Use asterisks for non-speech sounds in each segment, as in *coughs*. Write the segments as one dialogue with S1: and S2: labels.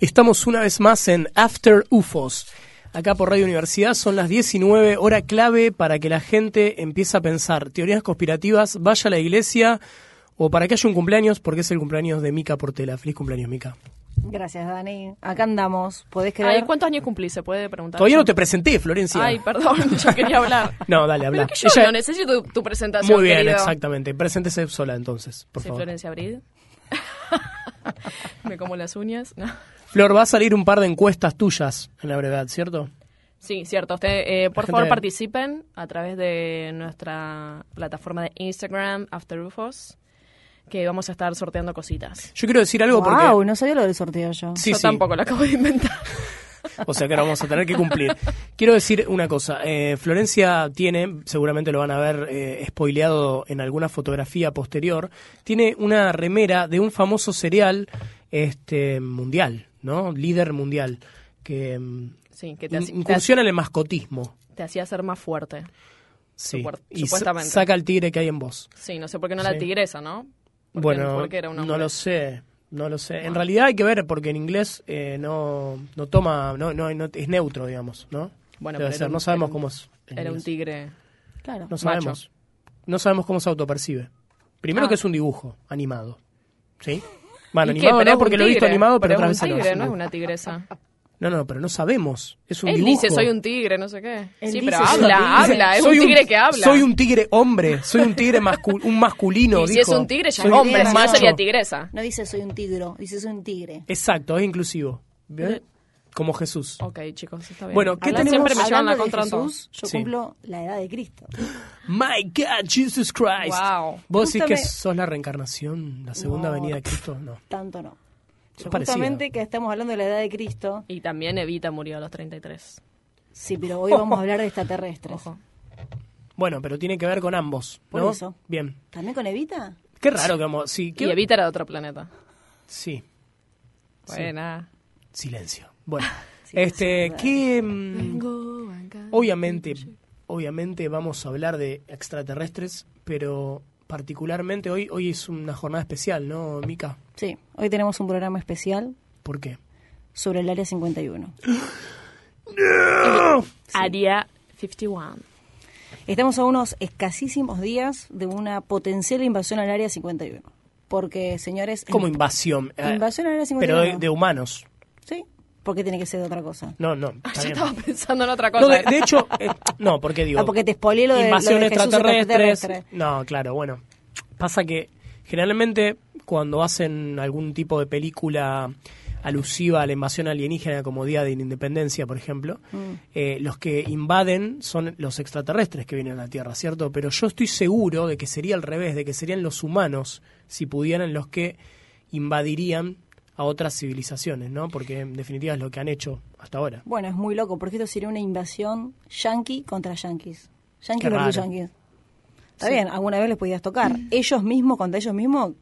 S1: Estamos una vez más en After UFOs. Acá por Radio Universidad son las 19, hora clave para que la gente empiece a pensar teorías conspirativas, vaya a la iglesia o para que haya un cumpleaños, porque es el cumpleaños de Mica Portela. Feliz cumpleaños, Mica.
S2: Gracias, Dani. Acá andamos. ¿Podés
S3: Ay,
S2: creer?
S3: ¿Cuántos años cumplí? Se puede preguntar.
S1: Todavía no te presenté, Florencia.
S3: Ay, perdón, *laughs* yo quería hablar.
S1: no, dale,
S3: Pero
S1: habla.
S3: es que yo
S1: Ella-
S3: no necesito tu, tu presentación.
S1: Muy bien,
S3: querido.
S1: exactamente. Preséntese sola entonces, por
S3: Soy
S1: favor.
S3: Florencia Abril. *laughs* Me como las uñas. No.
S1: Flor, va a salir un par de encuestas tuyas en la brevedad, ¿cierto?
S3: Sí, cierto. Usted, eh, por
S1: gente-
S3: favor, participen a través de nuestra plataforma de Instagram, After UFOs, que vamos a estar sorteando cositas.
S1: Yo quiero decir algo porque...
S2: Wow, no sabía lo del sorteo yo.
S1: Sí,
S3: Yo
S1: sí.
S3: tampoco lo acabo de inventar.
S1: O sea que ahora vamos a tener que cumplir. Quiero decir una cosa. eh, Florencia tiene, seguramente lo van a ver eh, spoileado en alguna fotografía posterior, tiene una remera de un famoso cereal este, mundial, ¿no? Líder mundial, que mm,
S3: Sí, que te, hace-
S1: in-
S3: te
S1: incursiona en el mascotismo.
S3: hace- te hacía ser más fuerte.
S1: Sí.
S3: Supuer-
S1: Y sa-
S3: supuestamente.
S1: saca el tigre que hay en vos.
S3: Sí, no sé por qué no
S1: Sí.
S3: la tigresa, ¿no? Porque-
S1: Bueno,
S3: porque era un
S1: no
S3: hombre. Ah.
S1: lo sé, no lo sé. En realidad hay que ver porque en inglés eh, no, no toma, no, no, no- es neutro, digamos, ¿no?
S3: Bueno,
S1: Debe
S3: pero
S1: ser,
S3: era un-
S1: no sabemos
S3: era un-
S1: cómo es. en
S3: Era un
S1: inglés.
S3: tigre.
S2: Claro.
S1: No sabemos. No sabemos cómo se autopercibe. Primero
S3: Ah.
S1: que es un dibujo animado, ¿sí? Bueno,
S3: ¿Y qué?
S1: animado
S3: Pero es
S1: no,
S3: un
S1: porque lo he visto
S3: tigre,
S1: animado, pero, otras
S3: es un
S1: veces
S3: tigre,
S1: no.
S3: no es una tigresa.
S1: No, no, pero no sabemos. Es un
S3: Él
S1: dibujo. *laughs*
S3: dice, soy un tigre, no sé qué.
S2: Él
S3: sí,
S2: dice,
S3: pero
S2: soy un
S3: habla,
S1: Dice,
S3: habla. Es un
S1: soy
S3: tigre que habla.
S1: Soy un tigre hombre, soy un tigre mascu-
S3: *laughs*
S1: un masculino.
S3: y si
S1: dijo.
S3: es un tigre, ya
S1: Soy
S3: es
S1: un
S3: hombre. Si no,
S1: macho.
S3: sería tigresa.
S2: No dice soy un tigro, dice soy un tigre.
S1: Exacto, es inclusivo. ¿Ve? Como Jesús.
S3: Ok, chicos, está bien.
S1: Bueno, ¿qué
S3: Habla-
S1: tenemos?
S3: Siempre me llevan
S2: Hablando
S3: la
S2: de
S3: contra en todo.
S2: Jesús, yo
S1: Sí.
S2: cumplo la edad de Cristo.
S1: My God, Jesus Christ.
S3: Wow.
S1: ¿Vos decís que
S2: Justamente-
S1: sos la reencarnación, la segunda
S2: No.
S1: venida de Cristo? No.
S2: Tanto no. Pero
S1: parecida.
S2: justamente que estamos hablando de la edad de Cristo.
S3: Y también Evita murió a los 33.
S2: Sí, pero hoy vamos a hablar de extraterrestres.
S3: Ojo.
S1: Bueno, pero tiene que ver con ambos,
S2: Por
S1: ¿no?
S2: eso.
S1: Bien.
S2: ¿También con Evita?
S1: Qué raro que vamos... Sí, qué-
S3: Y Evita era de otro planeta.
S1: sí. Sí.
S3: *coughs* Buena.
S1: Silencio. Bueno,
S2: *laughs* Sí,
S1: este,
S2: eso es
S1: que mm, obviamente, obviamente vamos a hablar de extraterrestres, pero particularmente hoy, hoy es una jornada especial, ¿no, Mica?
S2: Sí, hoy tenemos un programa especial
S1: ¿Por qué?
S2: sobre el Área 51.
S3: Área 51.
S2: Estamos a unos escasísimos días de una potencial invasión al Área 51. Porque, señores...
S1: Como
S2: el-
S1: invasión. eh,
S2: Invasión al área 51.
S1: Pero de, de humanos.
S2: Sí, porque tiene que ser de otra cosa.
S1: No, no. está
S3: Yo
S1: bien.
S3: Ah, estaba pensando en otra cosa.
S1: No,
S3: *laughs*
S1: de, de hecho, eh, no, porque digo.
S2: Ah, porque te spoileé lo de- lo de
S1: invasión
S2: Jesús
S1: extraterrestre.
S2: extraterrestre.
S1: No, claro, bueno. Pasa que generalmente cuando hacen algún tipo de película alusiva a la invasión alienígena, como Día de la Independencia, por ejemplo,
S2: Mm.
S1: eh, los que invaden son los extraterrestres que vienen a la Tierra, ¿cierto? Pero yo estoy seguro de que sería al revés, de que serían los humanos, si pudieran, los que invadirían a otras civilizaciones, ¿no? Porque en definitiva es lo que han hecho hasta ahora.
S2: Bueno, es muy loco, porque esto sería una invasión yankee contra yankees. Yankees
S1: Qué
S2: versus
S1: raro.
S2: yankees. Está bien, alguna vez les podías tocar. Ellos mismos contra ellos mismos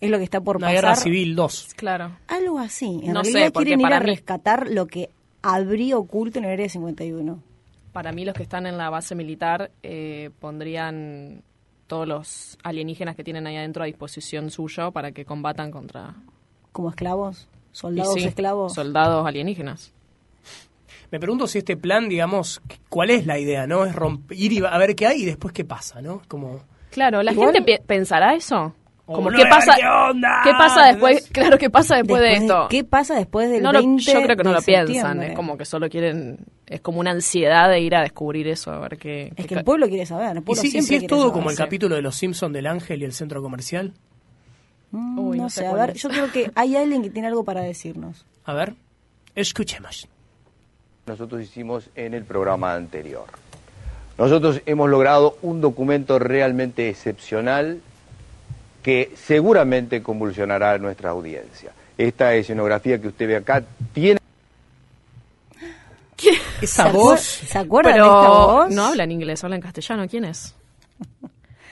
S2: es lo que está por
S1: Una
S2: pasar.
S1: guerra civil 2.
S3: Claro.
S2: Algo así. En
S3: No sé,
S2: realidad
S3: porque
S2: quieren ir
S3: para
S2: a
S3: mí-
S2: rescatar lo que habría oculto en el área 51.
S3: Para mí los que están en la base militar eh, pondrían todos los alienígenas que tienen ahí adentro a disposición suya para que combatan contra...
S2: Como esclavos,
S3: Y
S2: soldados
S3: sí,
S2: esclavos.
S3: Soldados alienígenas.
S1: Me pregunto si este plan, digamos, qu- ¿cuál es la idea, no? Es romp- ir y va- a ver qué hay y después qué pasa, ¿no? Como
S3: Claro, ¿la
S2: Igual-
S3: gente pi- pensará eso?
S1: O
S3: Como,
S1: no,
S3: ¿qué
S1: a ver
S3: pasa,
S1: qué onda,
S3: qué pasa después? *laughs*
S1: ¿entendés?
S3: Claro, ¿qué pasa después, de
S2: Después de-
S3: esto?
S2: ¿Qué pasa después del
S3: No lo-
S2: 20
S3: yo creo que no
S2: de
S3: lo piensan,
S2: septiembre?
S3: es como que solo quieren... Es como una ansiedad de ir a descubrir eso, a ver qué...
S2: Es
S3: qué
S2: que el
S3: ca-
S2: pueblo quiere saber. El
S1: ¿Y
S2: pueblo
S1: si, y si
S2: siempre
S1: es
S2: quiere
S1: todo
S2: saber.
S1: como el
S3: sí.
S1: capítulo de Los Simpson del Ángel y el centro comercial?
S2: Mm,
S3: Uy,
S2: no,
S3: no
S2: sé,
S3: sé
S2: a
S3: cuál
S2: ver,
S3: es.
S2: yo creo
S3: *laughs*
S2: que hay alguien que tiene algo para decirnos.
S1: A ver, escuchemos.
S4: nosotros hicimos en el programa anterior. Nosotros hemos logrado un documento realmente excepcional que seguramente convulsionará a nuestra audiencia. Esta escenografía que usted ve acá tiene...
S1: Esa
S2: ¿Se acuer-
S1: voz.
S2: ¿Se acuerdan
S3: Pero
S2: de esta voz?
S3: no habla en inglés, habla en castellano. ¿Quién es?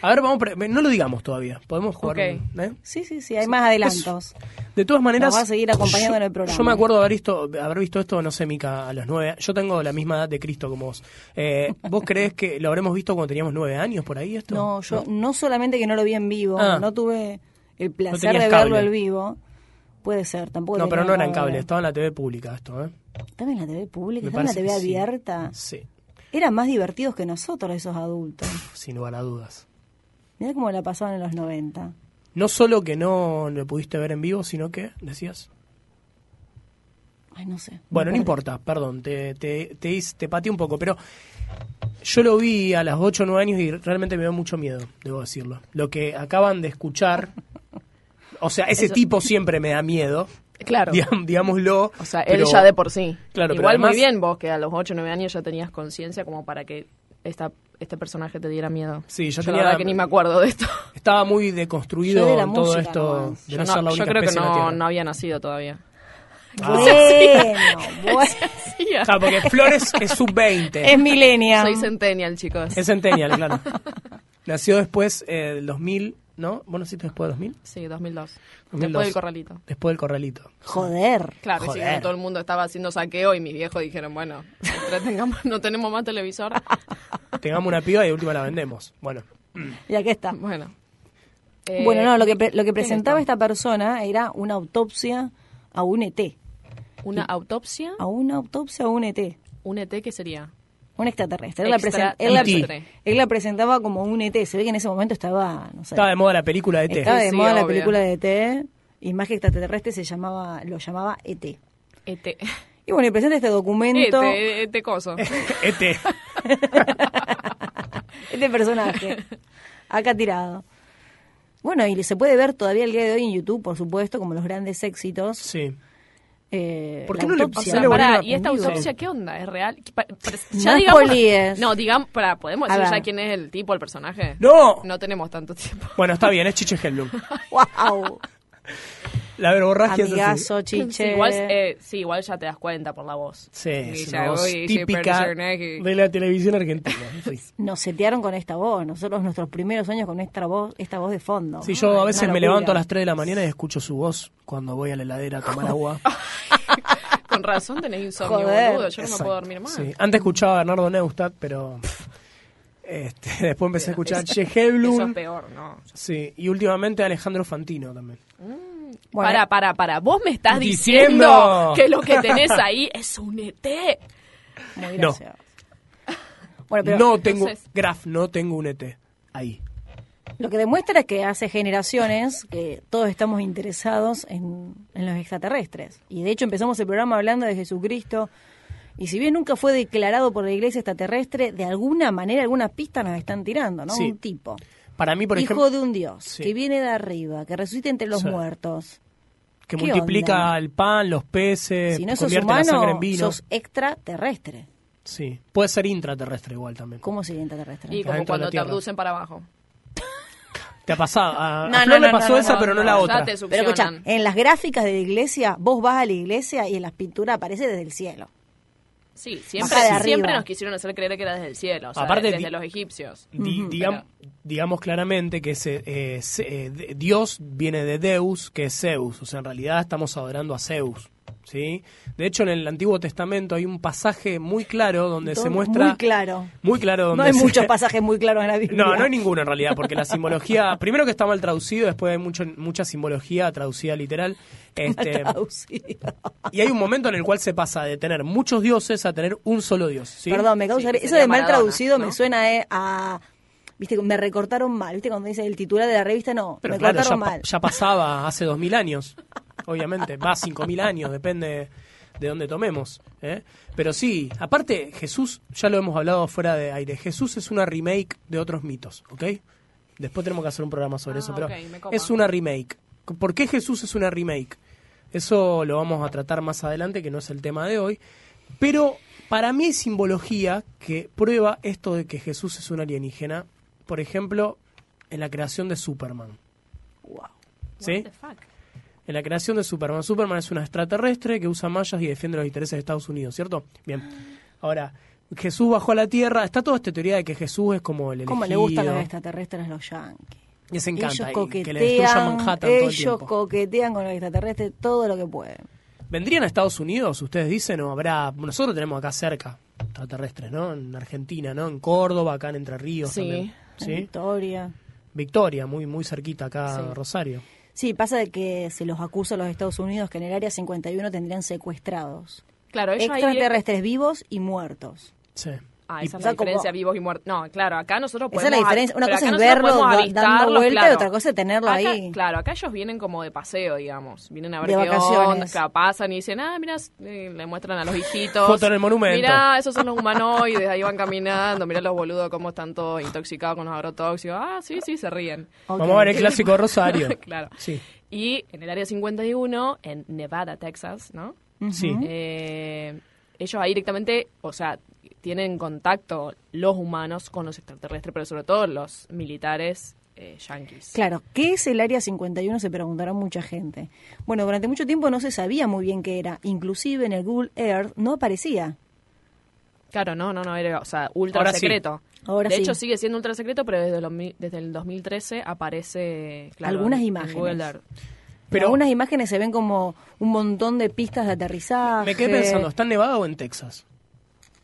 S1: A ver, vamos, pre- no lo digamos todavía. Podemos jugar.
S3: Ok.
S1: un- ¿eh?
S2: Sí, sí, sí, hay más adelantos.
S1: De todas maneras.
S2: Nos va a seguir acompañando
S1: yo-
S2: en el programa.
S1: Yo me acuerdo haber visto, haber visto esto, no sé, Mica, a los nueve. Yo tengo la misma edad de Cristo como vos. Eh, ¿Vos creés que lo habremos visto cuando teníamos nueve años por ahí esto?
S2: No, yo no solamente que no lo vi en vivo,
S1: Ah.
S2: no tuve el placer
S1: tenías
S2: de verlo
S1: cable.
S2: en vivo. Puede ser, tampoco.
S1: No, pero no eran
S2: teníamos
S1: cables,
S2: ahora.
S1: estaba en la TV pública esto, ¿eh?
S2: Estaba en la TV pública,
S1: Me
S2: estaba en la
S1: parece
S2: TV
S1: que sí.
S2: abierta.
S1: Sí,
S2: Eran más divertidos que nosotros esos adultos.
S1: sin lugar a dudas.
S2: Mirá cómo la pasaban en los 90.
S1: No solo que no lo pudiste ver en vivo, sino que, decías.
S2: Ay, no sé.
S1: Bueno, no
S2: *laughs* Me
S1: importa, perdón, te, te, te, hice- te pateé un poco, pero yo lo vi a las 8 o 9 años y realmente me dio mucho miedo, debo decirlo. Lo que acaban de escuchar, o sea, ese tipo siempre me da miedo,
S3: Claro.
S1: digam- digámoslo.
S3: O sea, él
S1: pero-
S3: ya de por sí.
S1: Claro, pero
S3: Igual
S1: además-
S3: muy bien vos, que a los 8 o 9 años ya tenías conciencia como para que esta, este personaje te diera miedo.
S1: Sí, yo
S3: yo
S1: tenía-
S3: la verdad que ni me acuerdo de esto.
S1: Estaba muy
S2: Yo
S1: deconstruido
S2: de la
S1: todo
S2: música
S1: esto
S2: nomás.
S1: de
S3: Yo
S1: no,
S3: no-
S1: ser la
S3: yo
S1: única
S3: creo que
S1: especie en la
S3: no,
S1: Tierra.
S3: no había nacido todavía.
S1: *laughs*
S2: Bueno, bueno.
S1: Claro, porque Flores es
S2: Es *laughs*
S1: sub-20,
S2: milenia.
S3: Soy centennial, chicos.
S1: es centennial, claro. *laughs* Nació después eh, del 2000, ¿no? ¿Vos naciste después del 2000?
S3: Sí, 2002.
S1: 2002.
S3: Después del corralito.
S1: Después del corralito.
S2: Joder.
S3: Claro, sí,
S1: Joder.
S3: como todo el mundo estaba haciendo saqueo y mis viejos dijeron, bueno, entretengamos, *laughs* no tenemos
S2: *laughs*
S3: más televisor.
S1: Tengamos una piba y de última la vendemos. Bueno,
S2: Y aquí está.
S3: Bueno. Eh,
S2: bueno, no, lo que, pre- lo que
S3: ¿qué es
S2: presentaba
S3: esto?
S2: esta persona era una autopsia a un ET.
S3: ¿Una autopsia?
S2: A una autopsia a un ET.
S3: ¿Un ET qué sería?
S2: Un extraterrestre. Él, la
S3: Extra-
S2: presen-
S3: E
S2: él la,
S3: ET.
S2: él la presentaba como un ET. Se ve que en ese momento estaba, no sé.
S1: estaba de moda la película de *laughs*
S2: Estaba
S1: T.
S2: de
S3: Sí,
S2: moda la
S3: obvio.
S2: película de ET. Y más que extraterrestre se llamaba, lo llamaba ET. Y
S3: ET. *laughs*
S2: bueno, y presenta este documento.
S3: ET, ET
S2: *laughs*
S3: E coso.
S1: Este.
S2: Este personaje. Acá tirado. Bueno, y se puede ver todavía el día de hoy en YouTube, por supuesto, como los grandes éxitos.
S1: Sí.
S2: Eh,
S1: ¿Por
S2: la
S1: qué no le-
S3: *laughs* O
S2: autopsia.
S1: no le
S3: sea, pará,
S1: volvieron a
S3: ¿y esta
S1: conmigo?
S3: autopsia qué onda? ¿Es real? Que pa- pa-
S2: No spoilees.
S3: No, digamos, para, ¿podemos
S2: A
S3: decir
S2: ver.
S3: ya quién es el tipo, el personaje?
S1: ¡No!
S3: No tenemos
S2: *laughs*
S3: tanto tiempo.
S1: Bueno, está bien, es Chiche Hellum. *laughs*
S2: ¡Wow!
S1: La verborragia es así.
S2: Amigazo, chiche.
S3: Sí, igual, eh, sí, igual ya te das cuenta por la voz.
S1: Sí, es
S3: ya
S1: una voz
S3: voy, soy
S1: típica
S3: personaje.
S1: de la televisión argentina.
S2: *laughs*
S1: Sí,
S2: Nos setearon con esta voz. Nosotros, nuestros primeros años con esta voz, esta voz de fondo.
S1: Sí, yo a
S2: Una
S1: veces me
S2: locura.
S1: levanto a las 3 de la mañana y escucho su voz cuando voy a la heladera a
S2: *laughs*
S1: tomar agua.
S3: Con razón tenés insomnio,
S2: Joder.
S3: boludo. Yo no me
S1: Exacto,
S3: puedo dormir más.
S1: sí. Antes escuchaba a Bernardo Neustadt, pero este, *laughs* después empecé a escuchar a Che Hellum.
S3: Eso es peor, ¿no?
S1: Sí, y últimamente a Alejandro Fantino también.
S2: Bueno.
S3: Para, para, para. Vos me estás
S1: Diciendo.
S3: diciendo que lo que
S1: *laughs*
S3: tenés ahí es un E ET.
S2: Muy
S1: No.
S2: gracioso. Bueno, pero
S1: no tengo,
S3: entonces-
S1: Graf, no tengo un ET ahí.
S2: lo que demuestra es que hace generaciones que todos estamos interesados en, en los extraterrestres. Y de hecho empezamos el programa hablando de Jesucristo. Y si bien nunca fue declarado por la iglesia extraterrestre, de alguna manera, algunas pistas nos están tirando, ¿no?
S1: Sí.
S2: Un tipo.
S1: Para mí, por
S2: Hijo
S1: ejemplo,
S2: de un dios,
S1: Sí.
S2: que viene de arriba, que resucita entre los
S1: Sí.
S2: muertos.
S1: que
S2: ¿qué
S1: multiplica
S2: onda?
S1: el pan, los peces,
S2: Si no sos
S1: Eh, convierte la sangre
S2: humano,
S1: en vino.
S2: sos extraterrestre.
S1: Sí, puede ser intraterrestre igual también.
S2: ¿Cómo sería extraterrestre?
S3: Y
S1: Adentro de la
S3: como cuando te
S1: tierra.
S3: abducen para abajo.
S1: Te ha pasado. A, a
S2: No,
S1: Flor
S2: no,
S1: le
S2: no,
S1: pasó
S2: no,
S1: esa,
S2: no,
S1: pero no,
S3: no,
S1: la
S3: ya
S1: otra.
S3: te su-
S2: Pero escucha,
S3: succionan.
S2: en las gráficas de la iglesia, vos vas a la iglesia y en las pinturas aparece desde el cielo.
S3: Sí,
S2: Baja de
S3: siempre,
S2: arriba.
S3: siempre nos quisieron hacer creer que era desde el cielo. O sea,
S1: Aparte
S3: desde
S1: di-
S3: los egipcios.
S1: Di- digam- digamos claramente que ese, eh, se- eh, de- Dios viene de Deus, que es Zeus. O sea, en realidad estamos adorando a Zeus. ¿sí? De hecho, en el Antiguo Testamento hay un pasaje muy claro donde se
S2: Todo
S1: muestra.
S2: Muy claro.
S1: Muy claro donde
S2: No hay
S1: se- *laughs*
S2: muchos pasajes muy claros en la Biblia.
S1: No, no hay ninguno en realidad, porque la simbología, primero que está mal traducido, después hay mucho, mucha simbología traducida literal. Este,
S2: *laughs* Traducido.
S1: y hay un momento en el cual se pasa de tener muchos dioses a tener un solo dios. ¿sí?
S2: Perdón, me causa
S3: Sí, que
S2: eso
S3: sería
S2: de mal
S3: Maradona,
S2: traducido me
S3: ¿no?
S2: suena eh, a viste me recortaron mal, viste cuando dice el titular de la revista no,
S1: Pero
S2: me
S1: claro, ya,
S2: cortaron
S1: pa-
S2: mal.
S1: ya
S2: *laughs*
S1: pasaba hace dos mil años, obviamente, va cinco mil años, depende de dónde tomemos. ¿eh? Pero sí, aparte, Jesús, ya lo hemos hablado fuera de aire, Jesús es una remake de otros mitos, ¿ok? Después tenemos que hacer un programa sobre
S3: Ah,
S1: eso, pero
S3: ok, me copa.
S1: es una remake. ¿Por qué Jesús es una remake? Eso lo vamos a tratar más adelante, que no es el tema de hoy. Pero para mí hay simbología que prueba esto de que Jesús es un alienígena. Por ejemplo, en la creación de Superman.
S2: Wow.
S1: ¿Sí?
S3: What the fuck?
S1: En la creación de Superman. Superman es un extraterrestre que usa mallas y defiende los intereses de Estados Unidos, ¿cierto? Bien.
S2: Ah.
S1: Ahora, Jesús bajó a la Tierra. Está toda esta teoría de que Jesús es como el elegido.
S2: ¿Cómo le gustan los extraterrestres a los yankees?
S1: Les encanta
S2: Ellos
S1: y que le destruya
S2: coquetean,
S1: Manhattan todo el
S2: ellos
S1: tiempo.
S2: coquetean con los extraterrestres todo lo que pueden.
S1: ¿Vendrían a Estados Unidos, ustedes dicen, o habrá... Nosotros tenemos acá cerca extraterrestres, ¿no? En Argentina, ¿no? En Córdoba, acá en Entre Ríos
S3: Sí.
S1: también.
S2: En
S1: ¿Sí?
S2: Victoria.
S1: Victoria, muy, muy cerquita acá, Rosario.
S2: Sí, pasa de que se los acusa a los Estados Unidos que en el Área 51 tendrían secuestrados.
S3: Claro, ellos ahí direct-
S2: Extraterrestres vivos y muertos.
S1: Sí.
S3: Ah,
S1: Y-
S3: esa es
S2: o
S3: la
S2: sea, como-
S3: diferencia, vivos y muertos. No, claro, acá nosotros
S2: Esa
S3: podemos...
S2: es la diferencia. Una
S3: pero
S2: cosa
S3: acá
S2: es
S3: nosotros
S2: verlo
S3: podemos
S2: da-
S3: avistarlos,
S2: dando vuelta y
S3: claro.
S2: otra cosa es tenerlo
S3: Acá-
S2: ahí.
S3: Claro, acá ellos vienen como de paseo, digamos. Vienen a ver
S2: De
S3: qué
S2: vacaciones.
S3: onda, claro, pasan y dicen, ah, mirá, eh, le muestran a los hijitos.
S1: Foto en el monumento.
S3: Mirá, esos son los humanoides, ahí van caminando. Mirá los boludos cómo están todos intoxicados con los agrotóxicos. Ah, sí, sí, se ríen.
S1: Vamos a ver el clásico de Rosario.
S3: *laughs* claro.
S1: Sí.
S3: Y en el Área 51, en Nevada, Texas, ¿no?
S1: Sí.
S3: Eh, ellos ahí directamente, o sea, tienen contacto los humanos con los extraterrestres, pero sobre todo los militares eh, yanquis.
S2: Claro, ¿qué es el Área 51? Se preguntará mucha gente. Bueno, durante mucho tiempo no se sabía muy bien qué era. Inclusive en el Google Earth no aparecía.
S3: Claro, no, no, no, era, o sea, ultra
S1: Ahora sí.
S3: secreto.
S2: Ahora
S3: de
S2: sí.
S3: hecho, sigue siendo ultra secreto, pero desde, los mi- desde el 2013 aparece. claro,
S2: Algunas
S3: en- en
S2: imágenes.
S3: Google Earth.
S1: Pero-
S2: Pero algunas imágenes se ven como un montón de pistas de aterrizaje.
S1: Me quedé pensando, ¿está en Nevada o en Texas?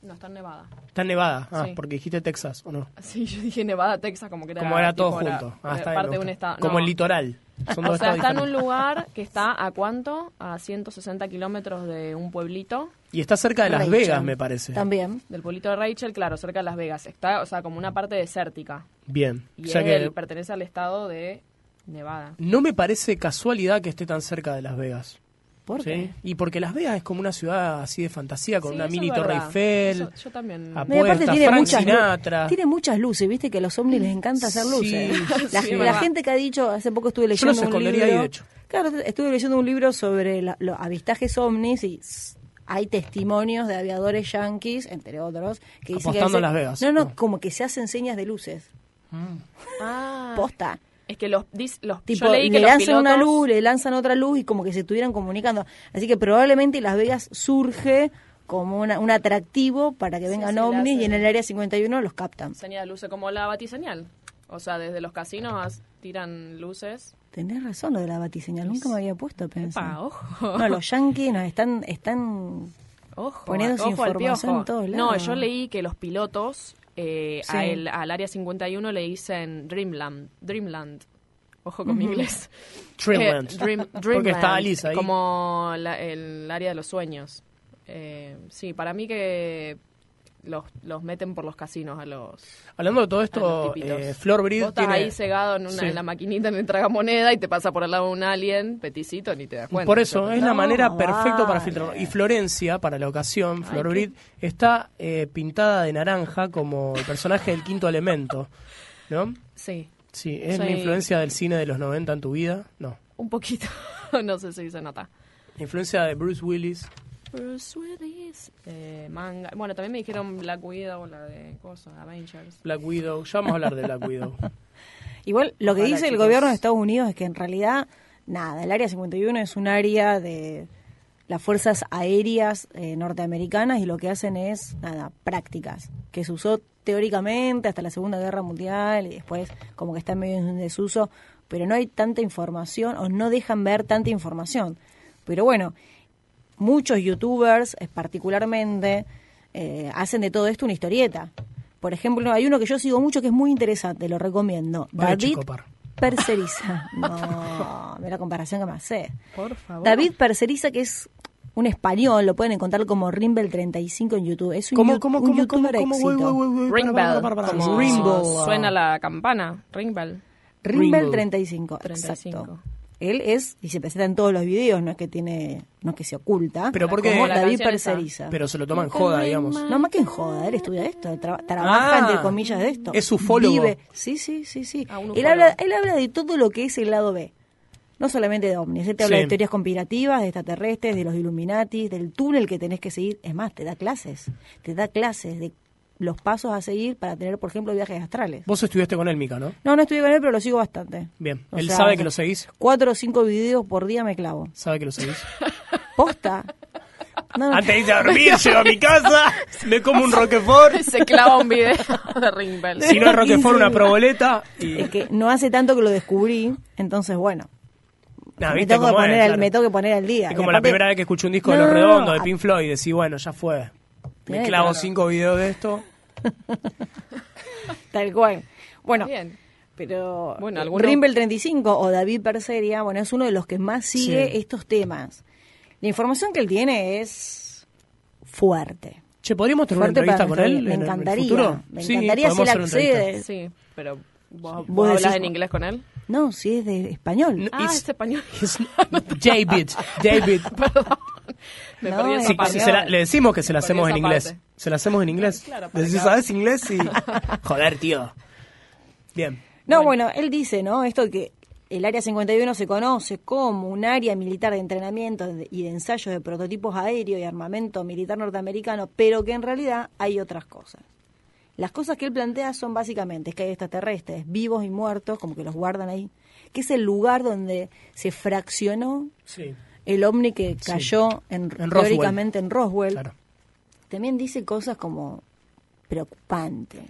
S3: No, está en Nevada. *laughs*
S1: Está en Nevada, ah,
S3: Sí.
S1: porque dijiste Texas, ¿o no?
S3: Sí, yo dije Nevada, Texas, como que era.
S1: Como era todo
S3: tipo,
S1: junto. Ah,
S3: eh,
S1: está bien, me
S3: parte de un
S1: gusta.
S3: estado.
S1: Como
S3: no.
S1: el litoral. Son dos
S3: O sea,
S1: estados
S3: está en un
S1: diferentes.
S3: lugar que está a cuánto? A 160 kilómetros de un pueblito.
S1: Y está cerca de Las
S2: Rachel.
S1: Vegas, me parece.
S2: También.
S3: Del pueblito de Rachel, claro, cerca de Las Vegas. Está, o sea, como una parte desértica.
S1: Bien.
S3: Y
S1: O sea
S3: él
S1: que
S3: pertenece al estado de Nevada.
S1: no me parece casualidad que esté tan cerca de Las Vegas.
S2: ¿Por
S1: ¿sí?
S2: qué?
S1: Y porque Las Vegas es como una ciudad así de fantasía, con
S3: Sí,
S1: una
S3: eso
S1: mini
S3: es
S1: Torre
S3: verdad.
S1: Eiffel.
S3: Eso- yo
S1: a
S3: también.
S2: No, y aparte
S1: Puertas,
S2: tiene
S1: Frank
S2: muchas, lu-
S1: Sinatra.
S2: tiene muchas luces, viste que a los ovnis les encanta hacer
S1: Sí,
S2: luces. la,
S3: sí,
S2: la
S3: verdad.
S2: gente que ha dicho, hace poco estuve
S1: Yo
S2: leyendo
S1: los
S2: un
S1: escondería
S2: libro.
S1: ahí, de hecho.
S2: Claro, estuve leyendo un libro sobre la- los avistajes ovnis y s- hay testimonios de aviadores yanquis, entre otros, que dicen que
S1: Apostando
S2: veces-
S1: a Las Vegas. Mm.
S2: No, no,
S1: No.
S2: como que se hacen señas de luces.
S3: Ah,
S2: Posta.
S3: es que los, dis- los
S2: Tipo,
S3: yo leí que
S2: le
S3: los
S2: lanzan
S3: pilotos,
S2: una luz, le lanzan otra luz y como que se estuvieran comunicando. Así que probablemente Las Vegas surge como una- un atractivo para que
S3: Sí,
S2: vengan
S3: sí, le
S2: ovnis
S3: hacen.
S2: y en el área 51 los captan.
S3: señal luce como la batiseñal. O sea, desde los casinos as- tiran luces.
S2: Tenés razón lo de la batiseñal, nunca me había puesto a pensar.
S3: Epa, ojo.
S2: No, los yanquis nos están, están
S3: Ojo,
S2: Poniéndose
S3: ojo al
S2: información
S3: piojo.
S2: en todos
S3: No,
S2: lados.
S3: yo leí que los pilotos eh,
S2: Sí.
S3: a el- al área 51 le dicen Dreamland. Dreamland. Ojo con mi inglés.
S1: *laughs* Dreamland.
S3: Eh, *laughs* Dream-
S1: *laughs* Porque está
S3: Dreamland,
S1: Alice ahí.
S3: Como la- el área de los sueños. Eh, sí, para mí que los, los meten por los casinos a los,
S1: Hablando de todo
S3: a los
S1: esto,
S3: tipitos.
S1: eh, Flor Brid
S3: Vos estás
S1: tiene...
S3: ahí cegado en, una,
S1: Sí.
S3: en la maquinita en el tragamoneda y te pasa por al lado un alien peticito ni te das cuenta.
S1: Por eso, ¿eh? es la
S2: No,
S1: manera perfecta para
S2: vale.
S1: filtrarlo. Y Florencia, para la ocasión, Flor
S3: qué-
S1: Brit, está eh, pintada de naranja como el personaje del quinto elemento. ¿No?
S3: Sí,
S1: Sí, ¿es la
S3: Soy-
S1: influencia del cine de los 90 en tu vida? No.
S3: un poquito. *laughs* no sé si se nota.
S1: La influencia de Bruce Willis.
S3: Bruce Willis, eh, manga. Bueno, también me dijeron Black Widow, la de cosas, Avengers.
S1: Black Widow, ya vamos a hablar de Black Widow.
S2: Igual lo que
S3: Ojalá,
S2: dice el
S3: chicos.
S2: gobierno de Estados Unidos es que en realidad, nada, el Área 51 es un área de las fuerzas aéreas eh, norteamericanas y lo que hacen es, nada, prácticas, que se usó teóricamente hasta la Segunda Guerra Mundial y después como que está medio en desuso, pero no hay tanta información o no dejan ver tanta información. Pero bueno, muchos youtubers eh, particularmente eh, hacen de todo esto una historieta. Por ejemplo, hay uno que yo sigo mucho que es muy interesante, lo recomiendo.
S1: Vaya
S2: David
S1: chico, par.
S2: Perseriza. *laughs* No, mira la comparación que me hace.
S3: Por favor.
S2: David Perseriza, que es un español, lo pueden encontrar como Rimbel35 en YouTube. Es un,
S1: ¿Cómo,
S2: yu-
S1: cómo,
S2: un
S1: cómo, cómo,
S2: youtuber
S1: cómo? Voy,
S2: éxito.
S1: voy, voy, voy,
S3: Ring
S1: para,
S3: Bell.
S1: para, para, para.
S3: como
S1: Ring Bell.
S3: Suena la campana. Ring Bell.
S1: Rimble.
S2: Rimbel35,
S3: 35.
S2: exacto. Él es, y se presenta en todos los videos, no es que tiene, no es que se oculta.
S1: Pero porque-
S2: como
S1: La
S2: David
S3: canción esa.
S2: Perseriza.
S1: Pero se lo toman joda, digamos.
S2: No, más que en joda, él estudia esto, tra- trabaja
S1: Ah,
S2: entre comillas de esto.
S1: es ufólogo.
S2: Vive. Sí, sí, sí, sí.
S3: Ah, un
S2: él,
S3: ufólogo.
S2: habla, él habla de todo lo que es el lado B. No solamente de ovnis, él te habla
S1: Sí.
S2: de teorías conspirativas, de extraterrestres, de los Illuminatis, del túnel que tenés que seguir. Es más, te da clases. Te da clases de los pasos a seguir para tener, por ejemplo, viajes astrales.
S1: Vos estudiaste con él, Mica, ¿no?
S2: No, no estudié con él, pero lo sigo bastante.
S1: Bien. ¿Él sabe que lo seguís?
S2: Cuatro o cinco videos por día me clavo.
S1: ¿Sabe que lo seguís? *laughs*
S2: Posta. *laughs* No, no,
S1: Antes de irse
S2: *laughs*
S1: a dormir, llego a mi casa, me como un Roquefort.
S3: *laughs* Se clava un video de Ring Bell.
S1: Si no es Roquefort, una
S2: 15.
S1: proboleta. Y...
S2: Es que no hace tanto que lo descubrí, entonces bueno.
S1: Nah,
S2: me,
S1: ¿viste
S2: tengo que
S1: cómo es?
S2: poner al,
S1: Claro.
S2: me tengo que poner al día.
S1: Es
S2: Y
S1: como la
S2: aparte-
S1: primera vez que escuché un disco de
S2: No,
S1: Los
S2: no, no,
S1: Redondos, de
S2: a-
S1: Pink Floyd, y decís, bueno, ya fue. Me
S2: Sí,
S1: clavo
S2: claro.
S1: cinco videos de esto.
S2: *laughs* Tal cual. Bueno,
S3: Bien.
S2: Pero eh,
S3: Bueno, alguno-
S2: Rimbel 35 o David Perseria, bueno, es uno de los que más sigue
S1: Sí.
S2: estos temas. La información que él tiene es fuerte.
S1: Che, ¿podríamos tener una
S2: Fuerte
S1: entrevista
S2: para
S1: con
S2: nuestra
S1: él?
S2: vida. Me
S1: en el
S2: encantaría,
S1: futuro?
S2: me
S1: Sí,
S2: encantaría si
S1: podemos
S2: él
S1: hacer una entrevista.
S2: accede.
S3: Sí, pero ¿vos,
S2: Sí.
S3: vos
S2: Vos
S3: hablas
S2: decís-
S3: en inglés con él?
S2: No, si es de español.
S1: No,
S3: Ah,
S1: It's-
S3: es *laughs* español.
S1: He's not- David, David.
S3: Perdón. Me
S2: No,
S3: perdí
S2: es
S3: esa
S1: Sí,
S3: parte.
S1: sí, se la- le decimos que se la
S3: Perdí
S1: hacemos en
S3: esa
S1: inglés.
S3: parte.
S1: Se la hacemos en inglés.
S3: Claro, para
S1: Le decís,
S3: acá.
S1: ¿sabes inglés? Y...
S2: *laughs*
S1: Joder, tío. Bien.
S2: No, bueno. él dice, ¿no? Esto que el Área 51 se conoce como un área militar de entrenamiento de- y de ensayo de prototipos aéreos y armamento militar norteamericano, pero que en realidad hay otras cosas. Las cosas que él plantea son básicamente es que hay extraterrestres vivos y muertos, como que los guardan ahí, que es el lugar donde se fraccionó
S1: Sí.
S2: el ovni que cayó en,
S1: En Roswell.
S2: teóricamente en Roswell.
S1: Claro.
S2: También dice cosas como preocupantes,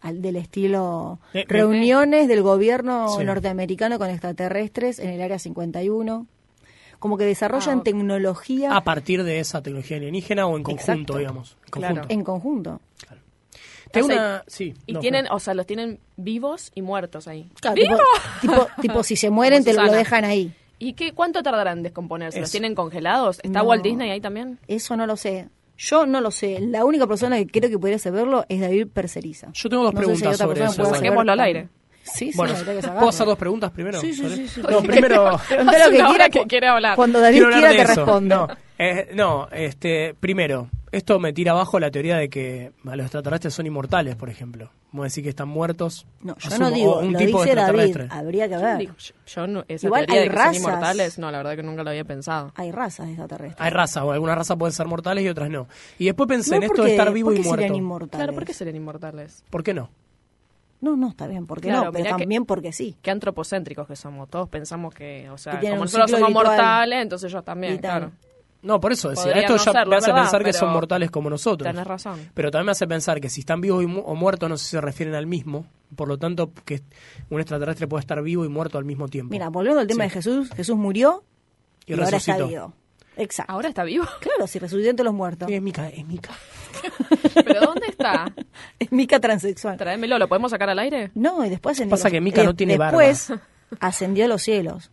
S2: al, del estilo
S1: Eh, eh,
S2: reuniones del gobierno
S1: Sí.
S2: norteamericano con extraterrestres en el Área 51, como que desarrollan
S3: Ah, ok.
S2: tecnología
S1: A partir de esa tecnología alienígena o en conjunto,
S2: Exacto.
S1: digamos. En
S3: Claro.
S1: conjunto.
S2: en conjunto.
S1: Tengo
S3: O sea,
S1: una- sí,
S3: Y
S1: no,
S3: tienen, o sea, los tienen vivos y muertos ahí.
S2: Claro,
S3: ¡Vivo!
S2: tipo, tipo, tipo,
S1: *laughs*
S2: si se mueren
S3: Como
S2: te lo
S3: Susana.
S2: dejan ahí.
S3: ¿Y qué, cuánto tardarán en descomponerse? ¿Los
S1: Eso.
S3: tienen congelados? ¿Está
S2: No.
S3: Walt Disney ahí también?
S2: Eso no lo sé. Yo no lo sé. La única persona que creo que pudiera saberlo es David Perceriza.
S1: Yo tengo dos
S2: No sé
S1: preguntas
S2: hay otra
S1: sobre
S2: persona
S1: eso,
S2: que pueda
S1: igual.
S3: Saquémoslo al
S2: saberlo.
S3: aire.
S2: Sí, sí,
S1: Bueno,
S2: la verdad que se
S1: ¿puedo
S2: agarra.
S1: hacer
S3: *laughs*
S1: dos preguntas primero?
S2: Sí, sí,
S1: ¿Sobre-
S2: sí, sí. *laughs*
S1: No, primero...
S2: Preguntá lo que
S3: Es
S2: quiera
S3: una hora que
S2: cu-
S3: quiere hablar.
S2: Cuando David
S1: Quiero hablar
S2: quiera
S1: de
S2: te
S1: eso.
S2: respondo.
S1: No, eh, no, este, primero, esto me tira abajo la teoría de que los extraterrestres son inmortales, por ejemplo. Vamos a decir que están muertos.
S2: No, yo
S1: asumo,
S2: no digo,
S1: o un tipo
S2: lo
S1: de
S2: dice David,
S1: extraterrestre.
S2: habría que
S3: Yo,
S2: ver.
S3: digo, yo- yo no, esa
S2: Igual
S3: teoría
S2: hay
S3: de que
S2: razas.
S3: son inmortales, no, la verdad que nunca lo había pensado.
S2: Hay razas de extraterrestres.
S1: Hay razas, o algunas razas pueden ser mortales y otras no. Y después pensé en esto
S2: porque-
S1: de estar vivo
S2: ¿por
S1: y
S2: qué serían
S1: muerto.
S2: inmortales?
S3: Claro, ¿por qué serían inmortales?
S1: ¿Por qué no?
S2: No, no, está bien, porque
S3: Claro,
S2: no, pero
S3: mirá que-
S2: también porque sí.
S3: Qué antropocéntricos que somos. Todos pensamos que, o sea,
S2: Que tienen
S3: como
S2: un
S3: nosotros
S2: ciclo
S3: somos
S2: habitual.
S3: mortales, entonces ellos también,
S2: Y tal.
S3: claro.
S1: No, por eso decía.
S3: Podría
S1: Esto
S3: no
S1: ya
S3: serlo,
S1: me hace
S3: ¿verdad?
S1: pensar que son
S3: Pero
S1: mortales como nosotros.
S3: Tenés razón.
S1: Pero también me hace pensar que si están vivos y mu- o muertos, no sé si se refieren al mismo. Por lo tanto, que un extraterrestre puede estar vivo y muerto al mismo tiempo.
S2: Mira, volviendo al tema
S1: Sí.
S2: de Jesús, Jesús murió
S1: Y
S2: y, ahora está
S1: resucitó.
S2: vivo. Exacto.
S3: ¿Ahora está vivo?
S2: *laughs* Claro, si resucitó entre los muertos.
S1: Es Mica, es Mica.
S3: *laughs* ¿Pero dónde está?
S2: *laughs* Es Mica transexual.
S3: Tráemelo, ¿lo podemos sacar al aire?
S2: No, y después ascendió.
S1: Pasa que Mica
S2: de-
S1: no tiene barba.
S2: Después ascendió a los cielos.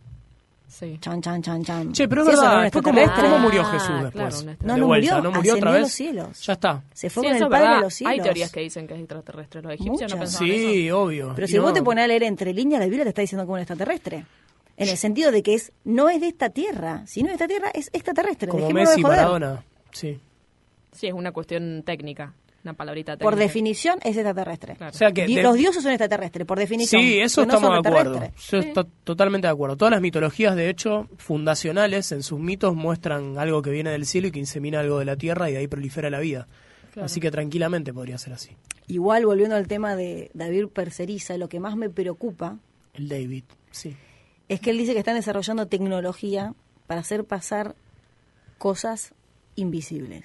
S3: Sí.
S2: Chan, chan, chan, chan.
S1: Che, pero es
S2: Si eso no
S1: verdad,
S2: era
S1: después ¿cómo,
S2: extraterrestre.
S1: cómo murió
S3: Ah,
S1: Jesús
S3: claro,
S1: después?
S3: un
S2: No,
S1: De
S2: no
S1: vuelta,
S2: murió,
S1: ¿no murió otra
S2: ascendió a los
S1: vez?
S2: cielos.
S1: Ya está.
S2: Se fue
S3: Sí,
S2: con el
S3: eso es
S2: Padre
S3: verdad.
S2: de los cielos.
S3: Hay teorías que dicen que es extraterrestre. Los egipcios no
S2: Muchas.
S3: pensaban eso.
S1: Sí, obvio.
S2: Pero
S1: Y
S2: si
S1: no-
S2: vos te pones a leer entre líneas, la Biblia te está diciendo como un extraterrestre. En el sentido de que es no es de esta tierra. Si no es de esta tierra, es extraterrestre.
S1: Como
S2: Dejémonos de
S1: Messi,
S2: joder.
S1: Maradona. Sí.
S3: Sí, es una cuestión técnica, una palabrita técnica.
S2: Por definición, es extraterrestre.
S1: O
S3: Claro.
S1: sea que
S2: Di-
S1: de-
S2: Los dioses son extraterrestres, por definición.
S1: Sí, eso
S2: Pero no
S1: estamos
S2: son
S1: de acuerdo.
S2: extraterrestres.
S1: Yo estoy totalmente de acuerdo. Todas las mitologías, de hecho, fundacionales en sus mitos muestran algo que viene del cielo y que insemina algo de la tierra y de ahí prolifera la vida. Así que tranquilamente podría ser así.
S2: Igual, volviendo al tema de David Perceriza, lo que más me preocupa
S1: El David, sí.
S2: es que él dice que están desarrollando tecnología para hacer pasar cosas invisibles.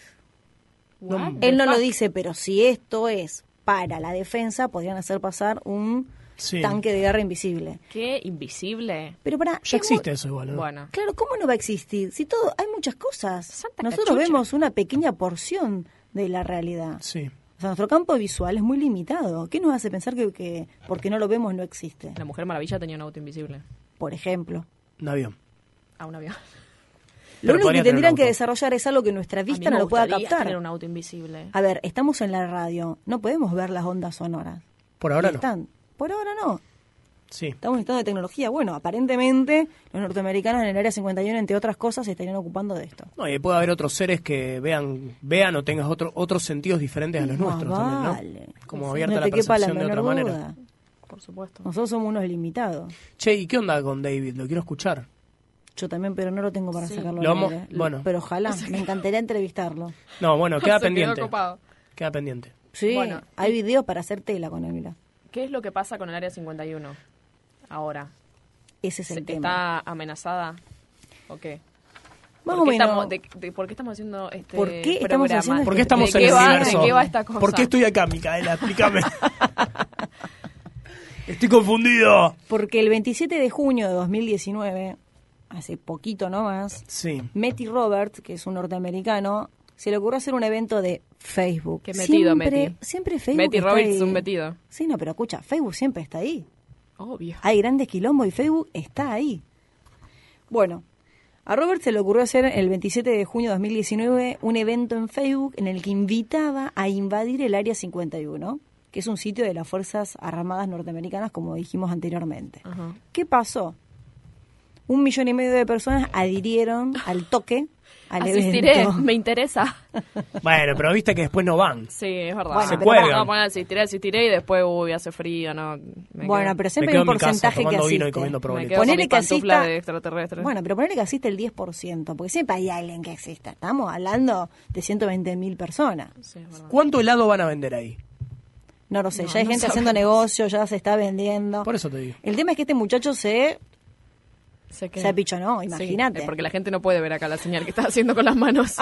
S3: What the
S2: Él no lo
S3: fuck?
S2: dice, pero si esto es para la defensa, podrían hacer pasar un
S1: Sí.
S2: tanque de guerra invisible.
S3: Qué invisible.
S2: Pero para
S1: Ya existe eso igual, ¿no?
S3: Bueno,
S2: Claro, ¿cómo no va a existir? Si todo hay muchas cosas.
S3: Santa
S2: Nosotros
S3: cachucha.
S2: vemos una pequeña porción de la realidad.
S1: Sí.
S2: O sea, nuestro campo visual es muy limitado. ¿Qué nos hace pensar que, que porque no lo vemos no existe?
S3: la Mujer Maravilla tenía un auto invisible.
S2: Por ejemplo.
S1: Un avión.
S3: A un avión.
S1: Pero
S2: Lo único
S1: podría
S2: que
S1: tener un
S2: tendrían que
S1: auto.
S2: desarrollar es algo que nuestra
S3: A mí
S2: vista
S3: me
S2: no lo pueda
S3: gustaría
S2: captar.
S3: tener un auto invisible.
S2: A ver, estamos en la radio, no podemos ver las ondas sonoras.
S1: Por ahora
S2: Y
S1: no.
S2: están. Por ahora no.
S1: Sí.
S2: Estamos en estado de tecnología. Bueno, aparentemente los norteamericanos en el área 51, entre otras cosas, se estarían ocupando de esto.
S1: No, y puede haber otros seres que vean, vean o tengas otro, otros sentidos diferentes a los
S2: Más
S1: nuestros también,
S2: vale.
S1: ¿no? Como
S2: Sí,
S1: abierta
S2: no
S1: la
S2: te quepa la
S1: percepción de otra
S2: menor
S1: manera.
S2: duda.
S3: Por supuesto.
S2: Nosotros somos unos limitados.
S1: Che, ¿y qué onda con David? Lo quiero escuchar.
S2: Yo también, pero no lo tengo para sacarlo.
S1: Lo
S2: al
S1: vamos-
S2: aire.
S1: bueno.
S2: Pero
S3: *laughs*
S2: ojalá, me encantaría entrevistarlo.
S1: No, bueno, queda
S3: Se quedó
S1: pendiente.
S3: ocupado.
S1: Queda pendiente.
S2: Sí,
S3: Bueno.
S2: hay videos para hacer tela con él, mirá.
S3: ¿Qué es lo que pasa con el Área 51 ahora?
S2: Ese es el
S3: ¿Se-
S2: tema.
S3: ¿Está amenazada o qué?
S2: Más
S3: ¿Por
S2: o
S3: qué
S2: menos.
S3: Estamos, de- de- ¿Por qué estamos haciendo este
S2: ¿Por qué estamos
S3: programa?
S2: haciendo este
S1: ¿Por
S2: ¿De
S1: qué estamos
S3: ¿De
S1: en
S3: qué
S1: el
S3: va,
S1: universo?
S3: ¿De qué va esta cosa?
S1: ¿Por qué estoy acá, Micaela? Explícame. *laughs* estoy confundido.
S2: Porque el 27 de junio de 2019, hace poquito nomás,
S1: Sí.
S2: Metty Roberts, que es un norteamericano, se le ocurrió hacer un evento de Facebook.
S3: Qué metido,
S2: siempre,
S3: Metty.
S2: Siempre Facebook
S3: Metty
S2: está
S3: Roberts es
S2: ahí.
S3: un metido.
S2: Sí, no, pero escucha, Facebook siempre está ahí.
S3: Obvio.
S2: Hay grandes quilombos y Facebook está ahí. Bueno, a Robert se le ocurrió hacer el 27 de junio de 2019 un evento en Facebook en el que invitaba a invadir el Área 51, que es un sitio de las Fuerzas Armadas Norteamericanas, como dijimos anteriormente.
S3: Ajá.
S2: ¿Qué pasó? Un millón y medio de personas adhirieron al toque al
S3: Asistiré,
S2: evento.
S3: *laughs* me interesa.
S1: Bueno, pero viste que después no van.
S3: Sí, es verdad.
S2: Bueno, Se pero
S1: cuelgan.
S3: No, poner asistiré, asistiré y después, uy, hace frío, no. me
S2: Bueno,
S3: quedo-
S2: pero
S1: Me
S2: siempre hay
S1: quedo
S2: un
S1: en mi casa
S2: porcentaje que
S1: tomando vino y
S2: asiste.
S1: comiendo
S3: me
S1: proboletas.
S3: quedo con
S2: Ponele
S3: mi
S2: que
S3: pantufla
S2: asista-
S3: de extraterrestre.
S2: Bueno, pero ponerle que asiste el 10%, porque siempre hay alguien que exista. Estamos hablando de 120 mil personas.
S3: Sí, es verdad.
S1: ¿Cuánto helado van a vender ahí?
S2: No lo sé,
S3: No,
S2: ya hay
S3: no
S2: gente
S3: sabemos.
S2: haciendo negocio, ya se está vendiendo.
S1: Por eso te digo.
S2: El tema es que este muchacho se...
S3: Sé
S2: se apichonó,
S3: Sí,
S2: imagínate.
S3: eh, porque la gente no puede ver acá la señal que está haciendo con
S2: *laughs*
S3: las manos.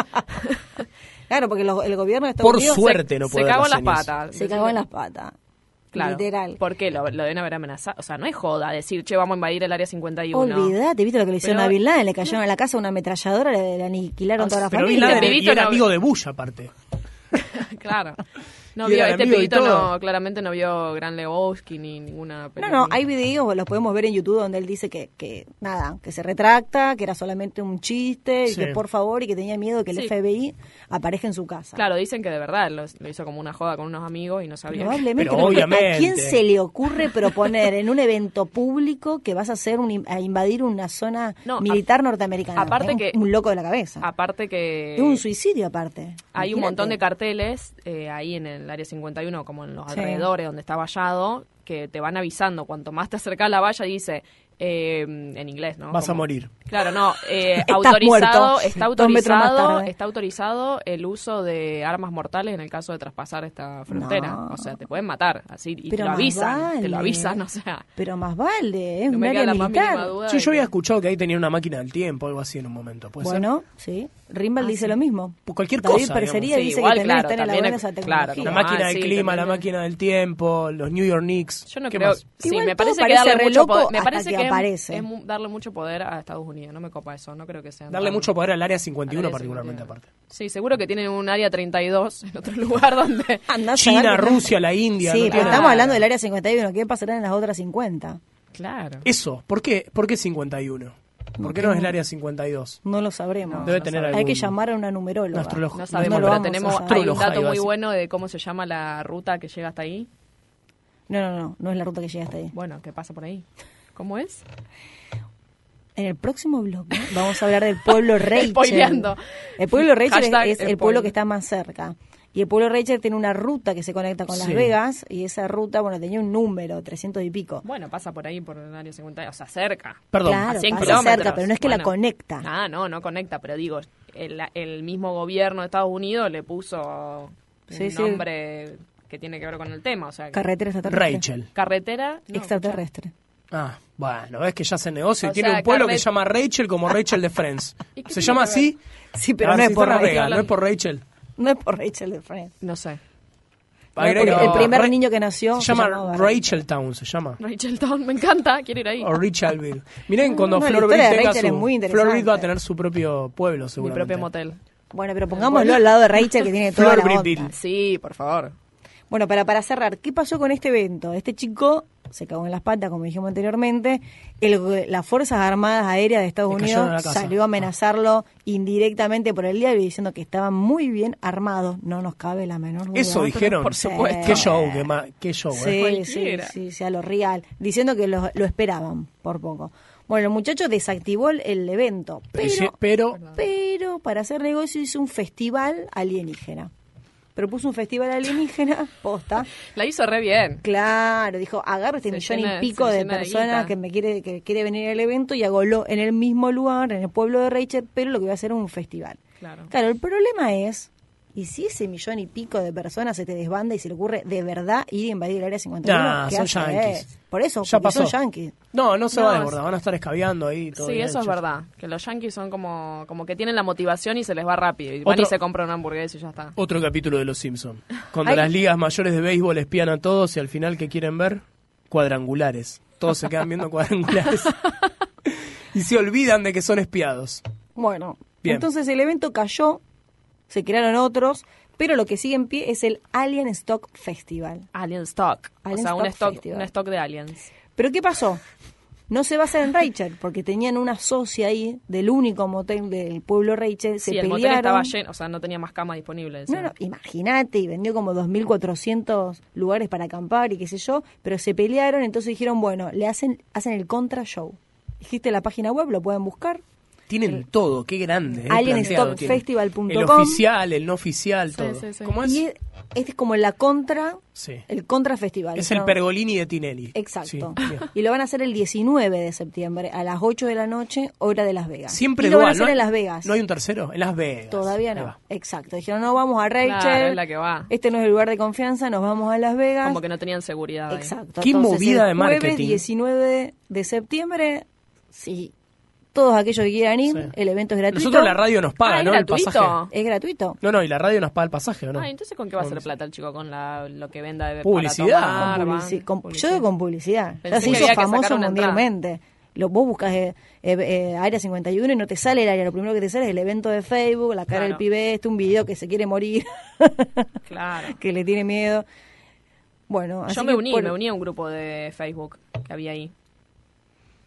S2: Claro, porque lo- el gobierno de Estados
S1: Por
S2: Unidos
S1: su- Suerte
S3: Se-
S1: no
S3: Se
S1: poder
S3: cagó en
S1: hacer
S3: las
S1: eso.
S3: patas.
S2: se cagó en las patas.
S3: Claro.
S2: Literal.
S3: ¿Por qué? Lo, lo deben haber amenazado. O sea, no es joda decir, che, vamos a invadir el área 51.
S2: Olvídate, ¿viste lo que le hicieron
S3: Pero-
S2: a Bin Laden? Le cayeron a la casa una ametralladora, le, le aniquilaron
S3: O
S2: toda la
S3: sea,
S1: Pero Bin
S2: familia.
S1: Laden
S3: Este
S1: y
S3: pibito
S1: era
S3: no-
S1: amigo de Bush, aparte.
S3: *laughs*
S1: *laughs*
S3: claro. No
S1: Y
S3: vio,
S1: era
S3: este
S1: amigo y
S3: pibito
S1: todo.
S3: no, claramente no vio Gran Lebowski ni ninguna
S2: No,
S3: película.
S2: no, hay videos, los podemos ver en YouTube donde él dice que, que nada, que se retracta, que era solamente un chiste, y
S1: Sí.
S2: que por favor, y que tenía miedo que el
S3: Sí.
S2: FBI aparezca en su casa.
S3: Claro, dicen que de verdad lo, lo hizo como una joda con unos amigos y no sabía.
S2: Probablemente,
S1: Pero
S2: porque ¿a
S1: obviamente.
S2: quién se le ocurre proponer en un evento público que vas a hacer un in- a invadir una zona
S3: No, a-
S2: militar norteamericana?
S3: aparte
S2: Es un-
S3: que-
S2: un loco de la cabeza.
S3: Aparte que...
S2: es un suicidio aparte.
S3: Hay
S2: Imagínate.
S3: un montón de carteles eh, ahí en el área 51, como en los
S2: Sí.
S3: alrededores donde está vallado, que te van avisando. Cuanto más te acercas a la valla, dice eh, en inglés, ¿no?
S1: Vas a morir. *laughs*
S3: Claro, no. eh,
S2: Estás
S3: autorizado,
S2: muerto.
S3: está
S2: Dos metros más
S3: autorizado,
S2: tarde.
S3: está autorizado el uso de armas mortales en el caso de traspasar esta frontera.
S2: No.
S3: O sea, te pueden matar así y te lo
S2: más
S3: avisan, te
S2: vale.
S3: lo avisan, *laughs* o sea.
S2: Pero más vale, es
S3: no
S2: un
S3: me queda
S2: área
S3: la más mínima
S2: militar.
S3: duda
S1: Sí,
S3: de
S1: yo
S3: que-
S1: había escuchado que ahí tenía una máquina del tiempo, algo así en un momento. ¿puede ser?
S2: Bueno, sí. Rimbal dice lo mismo.
S1: Pues cualquier
S2: David
S1: cosa,
S2: Percería
S1: digamos.
S3: Sí,
S2: dice
S3: igual,
S2: que también
S3: claro,
S2: está en la
S3: también
S2: buena
S3: es-
S2: esa
S3: claro,
S2: tecnología.
S1: La
S3: Ah,
S1: máquina
S3: sí,
S1: del clima, la
S3: también.
S1: máquina del tiempo, los New York Knicks.
S3: Yo no
S1: ¿Qué
S3: creo.
S1: más?
S3: Sí,
S2: Igual
S3: me
S2: todo
S3: parece que
S2: parece
S3: darle
S2: re
S3: mucho
S2: loco
S3: poder. Me
S2: hasta
S3: parece
S2: que
S3: que, es-
S2: aparece.
S3: es mu- darle mucho poder a Estados Unidos. No me copa eso. No creo que sea.
S1: Darle mucho poder al área 51
S3: Área
S1: particularmente
S3: 51.
S1: aparte.
S3: Sí, seguro que tienen un área 32 en otro *laughs*
S2: *laughs*
S3: lugar donde.
S2: Andá a
S1: China,
S2: saber qué-
S1: Rusia, la India.
S2: Sí,
S1: no
S2: pero
S1: tiene-
S2: estamos hablando del área 51. ¿Qué pasará en las otras 50?
S3: Claro.
S1: Eso, ¿por qué? ¿Por qué 51? ¿Por qué no es el área 52?
S2: No lo sabremos.
S1: Debe tener
S2: Hay
S1: algún-
S2: que llamar a una numeróloga.
S1: Un astrólogo.
S3: No
S1: No
S3: sabemos,
S1: lo
S3: pero
S2: vamos a
S3: tenemos
S2: saber.
S3: hay un
S1: Astrólogo,
S3: dato
S1: iba a
S3: muy
S1: decir.
S3: bueno de cómo se llama la ruta que llega hasta ahí.
S2: No, no, no. No es la ruta que llega hasta ahí.
S3: Bueno, que pasa por ahí. ¿Cómo es?
S2: En el próximo blog vamos a hablar del
S3: *laughs*
S2: pueblo Rachel.
S3: Spoileando.
S2: El pueblo Rachel es-
S3: Hashtag
S2: es, el
S3: spoiler.
S2: pueblo que está más cerca. Y el pueblo Rachel tiene una ruta que se conecta con Las
S1: Sí.
S2: Vegas y esa ruta, bueno, tenía un número, 300 y pico.
S3: Bueno, pasa por ahí, por el área 50. O sea, cerca.
S1: Perdón.
S2: Claro,
S3: a 100
S2: pasa
S3: kilómetros.
S2: cerca, pero no es que la
S3: Bueno.
S2: conecta.
S3: Ah, no, no conecta, pero digo, el, el mismo gobierno de Estados Unidos le puso
S2: Sí,
S3: un
S2: sí.
S3: nombre que tiene que ver con el tema, o sea, que-
S2: Carretera extraterrestre.
S1: Rachel.
S3: carretera no,
S2: Extraterrestre.
S1: Ah, bueno, ves que ya se negocia.
S3: O
S1: y tiene
S3: sea,
S1: un pueblo que
S3: Carlet-
S1: se llama Rachel como Rachel de Friends.
S3: ¿Y qué
S1: ¿Se
S3: tiene
S1: llama
S3: que ver?
S1: así?
S2: Sí, pero
S1: Ah,
S2: no es
S1: sí,
S2: por
S1: está
S2: Rachel.
S1: regla, no es por Rachel.
S2: No es por Rachel de Friends.
S3: no sé,
S1: Ahí
S2: porque
S1: era-
S2: el primer
S1: Ah, Ra-
S2: niño que nació
S1: Se
S2: se
S1: llama
S2: llamaba
S1: Rachel Town, se llama.
S3: Rachel Town, me encanta, quiero ir ahí.
S1: O Richardville. Miren cuando
S2: No, la
S1: Flor
S2: historia
S1: Britt
S2: de
S1: tenga
S2: Rachel es
S1: su-
S2: muy
S1: Flor Britt va a
S2: interesante.
S1: tener su propio pueblo,
S3: Mi
S1: seguramente.
S3: propio motel.
S2: Bueno, pero pongámoslo al lado de Rachel
S1: *laughs*
S2: que tiene toda
S1: Flor
S2: la onda.
S1: Britil.
S3: Sí, por favor.
S2: Bueno, para, para cerrar, ¿qué pasó con este evento? Este chico se cagó en las patas, como dijimos anteriormente. El go- las Fuerzas Armadas Aéreas de Estados
S1: Le cayeron a la
S2: Unidos
S1: casa. Ah.
S2: salió a amenazarlo indirectamente por el diario diciendo que estaban muy bien armados. No nos cabe la menor duda.
S1: Eso dijeron.
S3: por supuesto.
S1: Qué show, qué, ma- qué show. eh.
S2: Sí, sí,
S3: Cualquiera.
S2: sí, sí, a lo real. Diciendo que lo, lo esperaban por poco. Bueno, el muchacho desactivó el, el evento.
S1: Pero,
S2: Pero,
S1: Eh, pero-
S2: pero para hacer negocio hizo un festival alienígena. Propuso un festival alienígena, *laughs* posta.
S3: La hizo re bien.
S2: Claro, dijo, agarro este
S3: Se
S2: millón
S3: llena-
S2: y pico
S3: se
S2: de
S3: llena de
S2: personas
S3: guita.
S2: que me quiere que quiere venir al evento y hago lo en el mismo lugar, en el pueblo de Rachel, pero lo que voy a hacer es un festival.
S3: Claro.
S2: Claro, el problema es, ¿y si ese millón y pico de personas se te desbanda y se le ocurre de verdad ir a invadir el área 51?
S1: Nah,
S2: ¿Qué
S1: son
S2: haces?
S1: yanquis.
S2: Por eso,
S1: Ya
S2: porque son
S1: pasó.
S2: yanquis.
S1: No, no se
S3: No,
S1: va a desbordar, van a estar escabeando ahí. todo
S3: Sí,
S1: bien
S3: eso es
S1: hecho.
S3: verdad. Que los yankees son como, como que tienen la motivación y se les va rápido. Y van
S1: Otro-
S3: y se compran una hamburguesa y ya está.
S1: Otro capítulo de Los
S2: *laughs*
S1: Simpson. Cuando
S2: Ay.
S1: las ligas mayores de béisbol espían a todos y al final, ¿qué quieren ver? Cuadrangulares. Todos se quedan
S2: *laughs*
S1: viendo cuadrangulares. y se olvidan de que son espiados.
S2: Bueno,
S1: Bien.
S2: entonces el evento cayó, se crearon otros, pero lo que sigue en pie es el Alien Stock Festival.
S3: Alien Stock.
S2: Alien
S3: o sea, un,
S2: Stock
S3: stock,
S2: Festival.
S3: un stock de aliens.
S2: Pero ¿qué pasó? No se basa en Rachel, porque tenían una socia ahí del único motel del pueblo Rachel. Se
S3: Sí, el
S2: pelearon.
S3: motel estaba lleno, o sea, no tenía más cama
S2: No,
S3: disponible. decían.
S2: no, imagínate, y vendió como 2.400 lugares para acampar y qué sé yo, pero se pelearon, entonces dijeron, bueno, le hacen hacen el contra show. Dijiste la página web, lo pueden buscar.
S1: Tienen todo, qué grande. eh, planteado tienen.
S2: alienstopfestival.com.
S1: El oficial, el no oficial,
S3: Sí,
S1: todo.
S3: sí, sí.
S1: ¿Cómo es?
S2: Y es, es como la contra,
S1: Sí.
S2: el contra festival.
S1: Es el
S2: ¿no?
S1: Pergolini de Tinelli.
S2: *laughs*
S1: Sí,
S2: Exacto.
S1: bien.
S2: y lo van a hacer el 19 de septiembre a las 8 de la noche, hora de Las Vegas.
S1: Siempre
S2: y lo van a
S1: dual,
S2: hacer
S1: ¿no?
S2: en Las Vegas.
S1: No hay un tercero, en Las Vegas.
S2: Todavía
S1: Ahí
S2: no.
S1: va.
S2: Exacto. Dijeron, no, vamos a Rachel.
S3: Claro, es la que va.
S2: Este no es el lugar de confianza, nos vamos a Las Vegas.
S3: Como que no tenían seguridad. ahí.
S2: Exacto.
S1: Qué
S2: Entonces,
S1: movida
S2: el
S1: de
S2: Jueves
S1: marketing.
S2: 19 de septiembre, sí. Todos aquellos que quieran ir,
S1: Sí.
S2: el evento es gratuito.
S1: Nosotros la radio nos paga,
S3: Ah, ¿es
S1: ¿no?
S3: gratuito?
S1: El pasaje.
S2: Es gratuito.
S1: No, no, y la radio nos paga el pasaje, ¿o no?
S3: Ah, entonces con qué va a hacer
S1: Con-
S3: plata el chico con la, lo que venda de
S1: Publicidad.
S3: Para tomar,
S2: Con
S3: Ah, van,
S2: publici- con- yo
S3: publicidad.
S2: digo con publicidad.
S3: Pensé
S2: Ya se
S3: que
S2: hizo
S3: había que sacar
S2: famoso
S3: una entrada.
S2: mundialmente. Lo, vos buscas eh, eh, eh, Área 51 y no te sale el área. Lo primero que te sale es el evento de Facebook, la cara
S3: Claro.
S2: del pibe este, un video que se quiere morir,
S3: Claro.
S2: *laughs* que le tiene miedo. Bueno, así
S3: Yo me
S2: que
S3: uní,
S2: por-
S3: me uní a un grupo de Facebook que había ahí.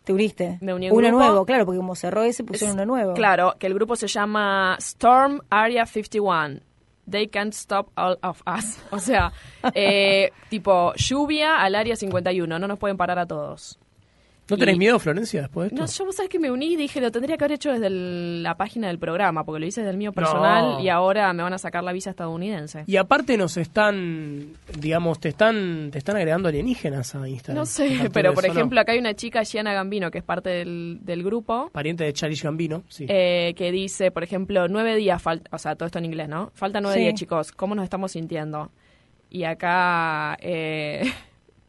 S2: Te uniste.
S3: Me uní a un
S2: uno
S3: grupo.
S2: nuevo, claro, porque como cerró ese, pusieron
S3: Es-
S2: uno nuevo.
S3: Claro, que el grupo se llama Storm Area 51. They can't stop all of us. *laughs* O sea, eh, tipo, lluvia al área 51. No nos pueden parar a todos.
S1: ¿No tenés
S3: Y-
S1: miedo, Florencia, después de
S3: No,
S1: esto?
S3: yo vos sabés que me uní y dije, lo tendría que haber hecho desde el- la página del programa, porque lo hice desde el mío personal
S1: No.
S3: y ahora me van a sacar la visa estadounidense.
S1: Y aparte nos están, digamos, te están te están agregando alienígenas a Instagram.
S3: No sé,
S1: Aparte
S3: pero
S1: de
S3: por
S1: eso, ¿no?
S3: ejemplo, acá hay una chica, Gianna Gambino, que es parte del, del grupo,
S1: Pariente de Charlie Gambino, sí.
S3: eh, que dice, por ejemplo, nueve días, falta, o sea, todo esto en inglés, ¿no? Falta nueve
S2: Sí.
S3: días, chicos, ¿cómo nos estamos sintiendo? Y acá, eh,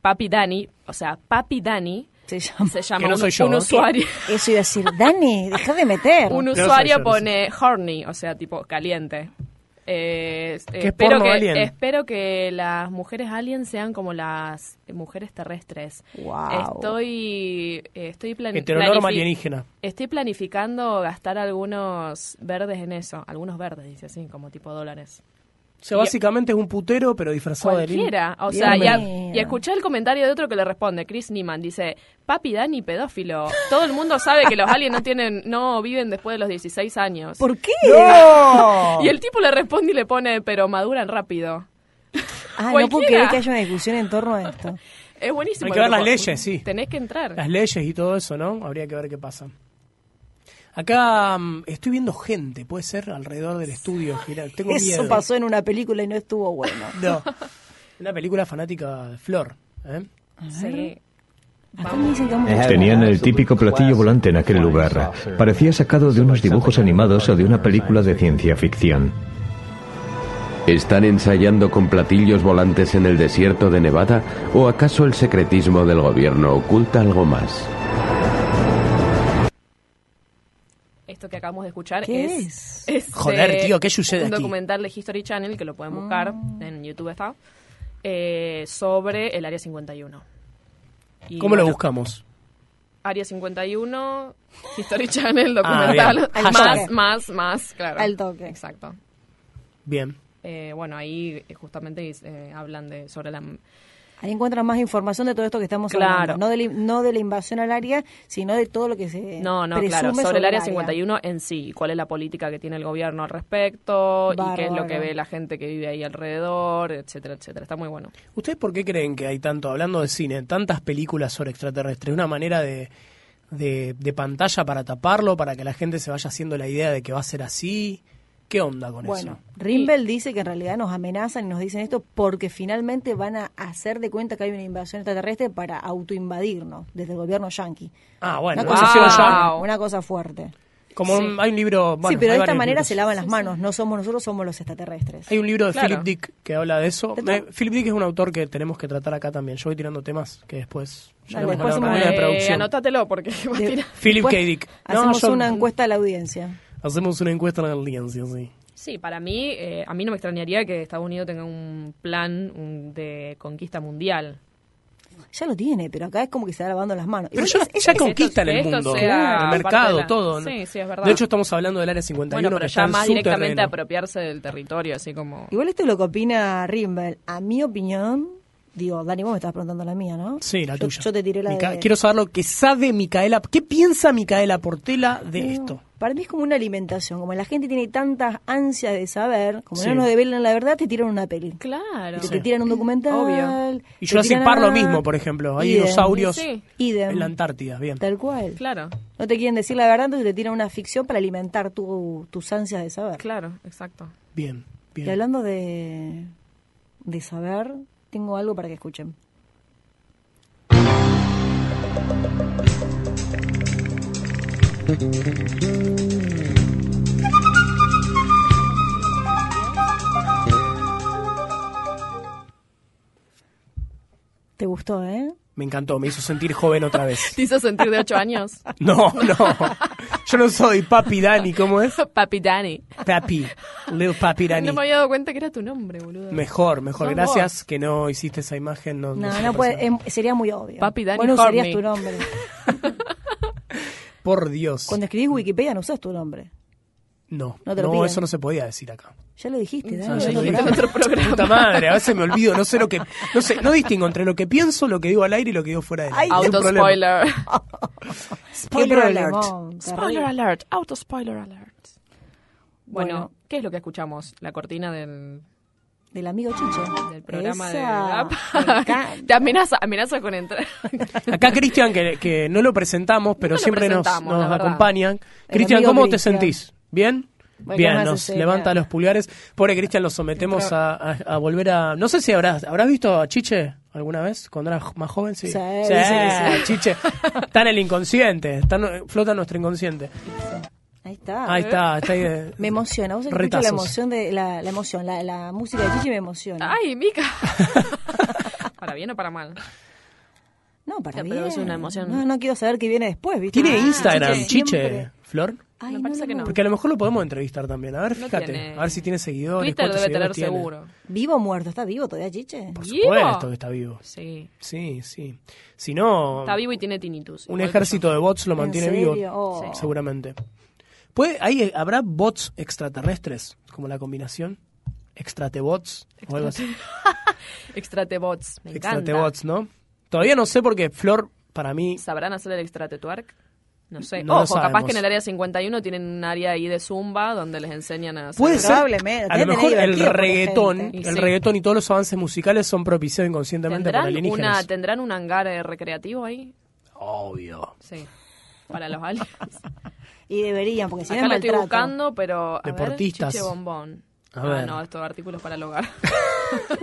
S3: Papi Dani, o sea, Papi Dani
S2: Se llama.
S3: se llama
S1: Que no
S3: un,
S1: soy yo,
S3: un
S1: ¿eh? *laughs*
S3: usuario.
S2: *laughs* Eso iba a decir, Dani, deja de meter.
S3: Un
S1: No soy
S3: usuario
S1: yo, no
S3: pone horny, o sea, tipo caliente. Eh, es-
S1: es
S3: espero,
S1: porno alien.
S3: que, espero que las mujeres alien sean como las eh, mujeres terrestres.
S2: Wow.
S3: Estoy, eh, estoy plan-
S1: Heteronorma
S3: planifi-
S1: alienígena.
S3: Estoy planificando gastar algunos verdes en eso. Algunos verdes, dice así, como tipo dólares.
S1: O sea, básicamente es un putero, pero disfrazado de alien.
S3: Cualquiera. O
S2: Dios
S3: sea, y, a-
S2: mío.
S3: y escuché el comentario de otro que le responde, Chris Niman, dice, papi Dani, pedófilo. Todo el mundo sabe que los aliens no tienen, no viven después de los 16 años.
S2: ¿Por qué? Ah,
S1: ¡No!
S3: Y el tipo le responde y le pone, pero maduran rápido.
S2: Ah, no puedo
S3: Cualquiera.
S2: creer que haya una discusión en torno a esto.
S3: Es buenísimo.
S1: Hay que ver
S3: loco.
S1: las leyes, sí.
S3: Tenés que entrar.
S1: Las leyes y todo eso, ¿no? Habría que ver qué pasa. Acá mm, estoy viendo gente, puede ser alrededor del estudio. Mirá, tengo miedo.
S2: Eso pasó en una película y no estuvo bueno.
S1: No. Una película fanática de Flor. ¿eh?
S3: Sí.
S2: Acá me dicen que vamos a escuchar.
S5: Tenían el típico platillo volante en aquel lugar. Parecía sacado de unos dibujos animados o de una película de ciencia ficción.
S6: ¿Están ensayando con platillos volantes en el desierto de Nevada? ¿O acaso el secretismo del gobierno oculta algo más?
S3: Esto que acabamos de escuchar
S2: ¿Qué
S3: es,
S2: es?
S3: es,
S1: Joder, tío, ¿qué sucede
S3: Este, Un
S1: aquí? Mm.
S3: documental de History Channel, que lo pueden buscar, en YouTube está, eh, sobre el Área 51. Y
S1: ¿Cómo lo
S3: bueno,
S1: buscamos?
S3: Área 51,
S1: *laughs*
S3: History Channel, documental.
S1: Ah, bien.
S2: Al
S3: más,
S2: toque.
S3: más, más, claro.
S2: Al toque.
S3: Exacto.
S1: Bien.
S3: Eh, bueno, ahí eh, justamente eh, hablan de sobre la
S2: Ahí encuentran más información de todo esto que estamos
S3: Claro.
S2: hablando. No de, la, no de la invasión al área, sino de todo lo que se.
S3: No, no,
S2: presume
S3: claro, sobre, el área 51 en sí, y cuál es la política que tiene el gobierno al respecto y qué es lo que
S2: Bárbaro.
S3: ve la gente que vive ahí alrededor, etcétera, etcétera. Está muy bueno.
S1: ¿Ustedes por qué creen que hay tanto, hablando de cine, tantas películas sobre extraterrestres? ¿Una manera de, de, de pantalla para taparlo, para que la gente se vaya haciendo la idea de que va a ser así? ¿Qué onda con
S2: Bueno,
S1: eso?
S2: Rimbel dice que en realidad nos amenazan y nos dicen esto porque finalmente van a hacer de cuenta que hay una invasión extraterrestre para autoinvadirnos desde el gobierno yanqui.
S1: Ah, bueno,
S2: una,
S3: cosa-
S1: eso ya-
S3: Wow.
S2: una cosa fuerte.
S1: como un- hay un libro... bueno,
S2: sí, pero
S1: hay
S2: de esta
S1: varios
S2: manera
S1: libros.
S2: se lavan las manos. No somos nosotros, somos los extraterrestres.
S1: Hay un libro de
S3: Claro.
S1: Philip Dick que habla de eso.
S2: De todo.
S1: Eh, Philip Dick es un autor que tenemos que tratar acá también. Yo voy tirando temas que después... ya
S2: Dale,
S1: vamos a
S2: después
S1: hablar
S2: hacemos
S1: en la
S2: una-
S3: Eh,
S1: producción.
S3: anótatelo porque *laughs* va a
S2: De-
S3: tirar.
S1: Philip
S2: después
S1: K. Dick. No,
S2: Hacemos
S1: yo-
S2: una encuesta a la audiencia.
S1: Hacemos una encuesta en la audiencia, sí.
S3: Sí, para mí, eh, a mí no me extrañaría que Estados Unidos tenga un plan un- de conquista mundial.
S2: Ya lo tiene, pero acá es como que se está lavando las manos.
S1: Pero
S2: Igual
S1: ya,
S2: es- es-
S1: ya
S3: que
S1: conquistan
S3: esto-
S1: el
S3: que esto
S1: mundo,
S3: sea
S1: el
S3: parte
S1: mercado,
S3: de la-
S1: todo. ¿no?
S3: Sí, sí, es verdad.
S1: De hecho, estamos hablando del área 51
S3: Bueno,
S1: que
S3: pero
S1: está
S3: ya
S1: en
S3: más
S1: su
S3: directamente
S1: terreno.
S3: apropiarse del territorio, así como...
S2: Igual esto es lo que opina Rimbel. A mi opinión, Digo, Dani, vos me estás preguntando la mía, ¿no?
S1: Sí, la
S2: yo,
S1: tuya.
S2: Yo te tiré la
S1: Mica-
S2: de...
S1: Quiero saber lo que sabe Micaela. ¿Qué piensa Micaela Portela de
S2: No,
S1: esto?
S2: Para mí es como una alimentación. Como la gente tiene tantas ansias de saber, como
S1: Sí.
S2: no nos develan la verdad, te tiran una peli.
S3: Claro.
S2: Te, te tiran un documental.
S3: Obvio.
S1: Y
S2: te
S1: yo así
S2: tiran
S1: par lo
S2: nada.
S1: mismo, por ejemplo. Hay
S2: Idem.
S1: dinosaurios
S3: Sí.
S2: Idem.
S1: en la Antártida, bien.
S2: Tal cual.
S3: Claro,
S2: No te quieren decir la verdad, entonces te tiran una ficción para alimentar tu, tus ansias de saber.
S3: claro, exacto.
S1: Bien,
S2: Y
S1: bien.
S2: hablando de, de saber, tengo algo para que escuchen. ¿Te gustó, eh?
S1: Me encantó, me hizo sentir joven otra vez.
S3: ¿Te hizo sentir de ocho años? *laughs*
S1: No, no. Yo no soy Papi Dani, ¿cómo es?
S3: Papi Dani.
S1: Papi, Little Papi Dani.
S3: No me había dado cuenta que era tu nombre, boludo.
S1: Mejor, mejor.
S3: No,
S1: Gracias que no hiciste esa imagen. No, no
S2: No,
S1: sé
S2: no,
S1: qué pasa.
S2: puede, em- sería muy obvio.
S3: Papi Dani
S2: Vos no
S3: Horny.
S2: usarías tu nombre.
S1: Por Dios.
S2: em- Cuando escribís Wikipedia no usas tu nombre.
S1: No,
S2: No te lo
S1: no,
S2: piden.
S1: eso no se podía decir acá.
S2: Ya lo dijiste, Dani.
S1: Ah,
S2: en
S1: ya lo
S2: otro
S1: dije.
S3: *laughs*
S2: programa.
S3: otro programa.
S1: Puta madre, a veces me olvido, no sé lo que. No sé, no distingo entre lo que pienso, lo que digo al aire y lo que digo fuera del
S2: Ay,
S1: aire. Es un problema.
S3: Autospoiler.
S1: Spoiler alert.
S2: alarmón,
S3: Spoiler
S2: terrible.
S3: alert. Autospoiler alert. Bueno,
S2: Bueno.
S3: ¿qué es lo que escuchamos? La cortina del,
S2: Del amigo Chicho.
S3: del programa
S2: Esa.
S3: *laughs* de...
S2: Me encanta.
S3: Te amenaza, amenaza con entrar.
S1: Acá Cristian, que, que no lo presentamos, pero
S3: No lo
S1: siempre nos,
S3: presentamos,
S1: nos
S3: la verdad.
S1: acompañan.
S2: El
S1: Cristian,
S2: amigo
S1: ¿cómo te
S2: Cristian.
S1: sentís? ¿Bien?
S2: Bueno,
S1: Bien,
S2: más
S1: nos
S2: escena.
S1: levanta los pulgares. Pobre Cristian, lo sometemos a, a- a volver a... No sé si habrás, ¿habrás visto a Chiche alguna vez, cuando era más joven. Sí,
S2: Sí, sí,
S1: *laughs*
S2: sí.
S1: Chiche. Está en el inconsciente, está en- flota en nuestro inconsciente.
S2: Ahí está.
S1: Ahí está, está ahí. eh.
S2: Me emociona. Vos escuchás
S1: Retazos.
S2: la emoción de la, la emoción, la, la música de Chichi me emociona.
S1: *laughs*
S3: Ay, Mica. para bien o para mal.
S2: No, para
S3: Ya,
S2: mí.
S3: pero es una emoción.
S2: No, no quiero saber qué viene después, ¿viste?
S1: ¿Tiene Instagram, Chiche,
S2: Ah, Siempre.
S1: Flor?
S2: Ay,
S3: Me
S2: no,
S3: parece
S2: no,
S3: que
S2: no.
S3: no.
S1: Porque a lo mejor lo podemos entrevistar también. A ver,
S3: No
S1: fíjate.
S3: tiene-
S1: A ver si tiene seguidores.
S3: Twitter
S1: cuántos
S3: debe tener
S1: seguidores tiene.
S3: seguro.
S2: Vivo o muerto, ¿está vivo todavía Chiche?
S1: Por
S3: ¿Vivo?
S1: supuesto que está vivo.
S3: Sí.
S1: Sí, sí. Si no,
S3: Está vivo y tiene tinnitus.
S1: un
S3: igual que
S1: ejército
S3: yo.
S1: de bots lo
S2: ¿En
S1: mantiene
S2: serio?
S1: vivo.
S2: Oh.
S1: Seguramente. ¿Puede, ahí eh, ¿Habrá bots extraterrestres? Como la combinación. Extratebots o algo así.
S3: Extratebots. *laughs* Me encanta.
S1: Extratebots, ¿no? Todavía no sé porque Flor, para mí,
S3: ¿Sabrán hacer el extratetuark? No sé.
S1: No lo
S3: Ojo, capaz
S1: sabemos.
S3: que en el área 51 tienen un área ahí de zumba donde les enseñan a hacer.
S1: Puede ser.
S2: Probablemente,
S1: A lo
S2: debe
S1: mejor
S2: tener
S1: el
S2: divertido por la
S1: reggaetón,
S2: gente.
S3: Y
S1: el
S3: sí.
S1: reggaetón y todos los avances musicales son propiciados inconscientemente por
S3: ¿Tendrán,
S1: alienígenas.
S3: una, ¿Tendrán un hangar eh, recreativo ahí?
S1: Obvio.
S3: Sí. Para los aliens.
S2: Y deberían, porque si no
S3: Acá
S2: es
S3: lo estoy
S2: maltrato.
S3: buscando, pero. a ver,
S1: Deportistas.
S3: chiche bombón.
S1: A
S3: ah,
S1: ver.
S3: no, estos artículos para
S1: *laughs*
S3: el hogar.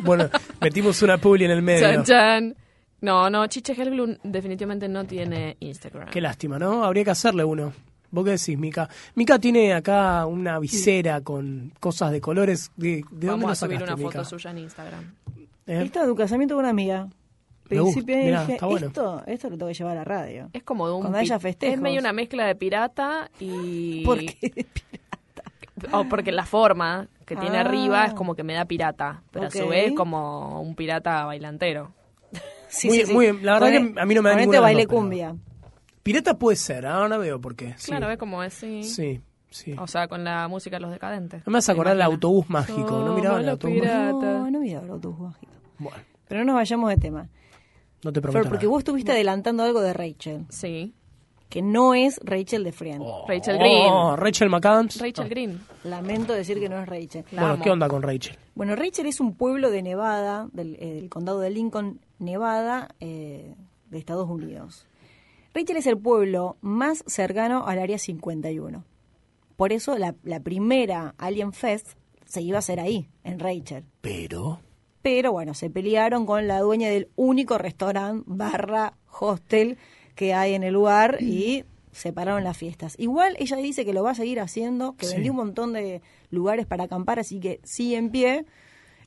S1: Bueno, metimos una publi en el medio.
S3: *laughs* chan, chan. No, no, Chiche Helglund definitivamente no tiene Instagram.
S1: Qué lástima, ¿no? Habría que hacerle uno. ¿Vos qué decís, Mica? Mica tiene acá una visera con cosas de colores. ¿De, de dónde
S3: Vamos
S1: la
S3: a subir
S1: sacaste,
S3: una foto
S1: Mica?
S3: suya en Instagram.
S1: ¿Eh?
S2: Esto de un casamiento con una amiga.
S1: Me gusta,
S2: Principio
S1: mirá,
S2: dije,
S1: está bueno.
S2: esto, esto lo tengo que llevar a la radio.
S3: Es como de un.
S2: Cuando
S3: pi-
S2: haya festejos.
S3: Es medio una mezcla de pirata
S2: *laughs*
S3: y.
S2: ¿Por qué?
S3: O porque la forma que tiene
S2: Ah.
S3: arriba es como que me da pirata, pero a su
S2: Ok.
S3: vez como un pirata bailantero.
S2: Sí,
S1: Muy
S2: sí,
S1: bien,
S2: sí.
S1: muy bien. La verdad
S2: Poné-
S1: que a mí no me da
S2: ponete
S1: ninguna de las
S2: este baile
S1: dos, pero-
S2: cumbia.
S1: Pirata puede ser, ahora veo por qué. Sí,
S3: Claro, es como es, sí.
S1: sí. sí.
S3: O sea, con la música de los decadentes.
S1: No me vas a acordar el autobús mágico. ¿No miraba el
S3: Somos
S1: autobús
S3: los
S1: mágico?
S3: pirata.
S2: No, no miraba los tus mágicos.
S1: Bueno,
S2: Pero no nos vayamos de tema.
S1: no te prometo
S2: Flor, porque
S1: nada.
S2: vos estuviste adelantando algo de Rachel,
S3: Sí.
S2: que no es Rachel de Friend.
S3: Rachel Green.
S1: Oh, Rachel McAdams. Ah.
S3: Rachel Green.
S2: Lamento decir que no es Rachel.
S3: La
S1: bueno,
S3: amo.
S1: ¿qué onda con Rachel?
S2: Bueno, Rachel es un pueblo de Nevada, del, eh, del condado de Lincoln, Nevada, eh, de Estados Unidos. Rachel es el pueblo más cercano al Área 51. Por eso la, la primera Alien Fest se iba a hacer ahí, en Rachel.
S1: Pero.
S2: Pero bueno, se pelearon con la dueña del único restaurante barra hostel que hay en el lugar
S1: Mm.
S2: y separaron las fiestas. Igual ella dice que lo va a seguir haciendo, que
S1: Sí.
S2: vendió un montón de lugares para acampar, así que sigue en pie.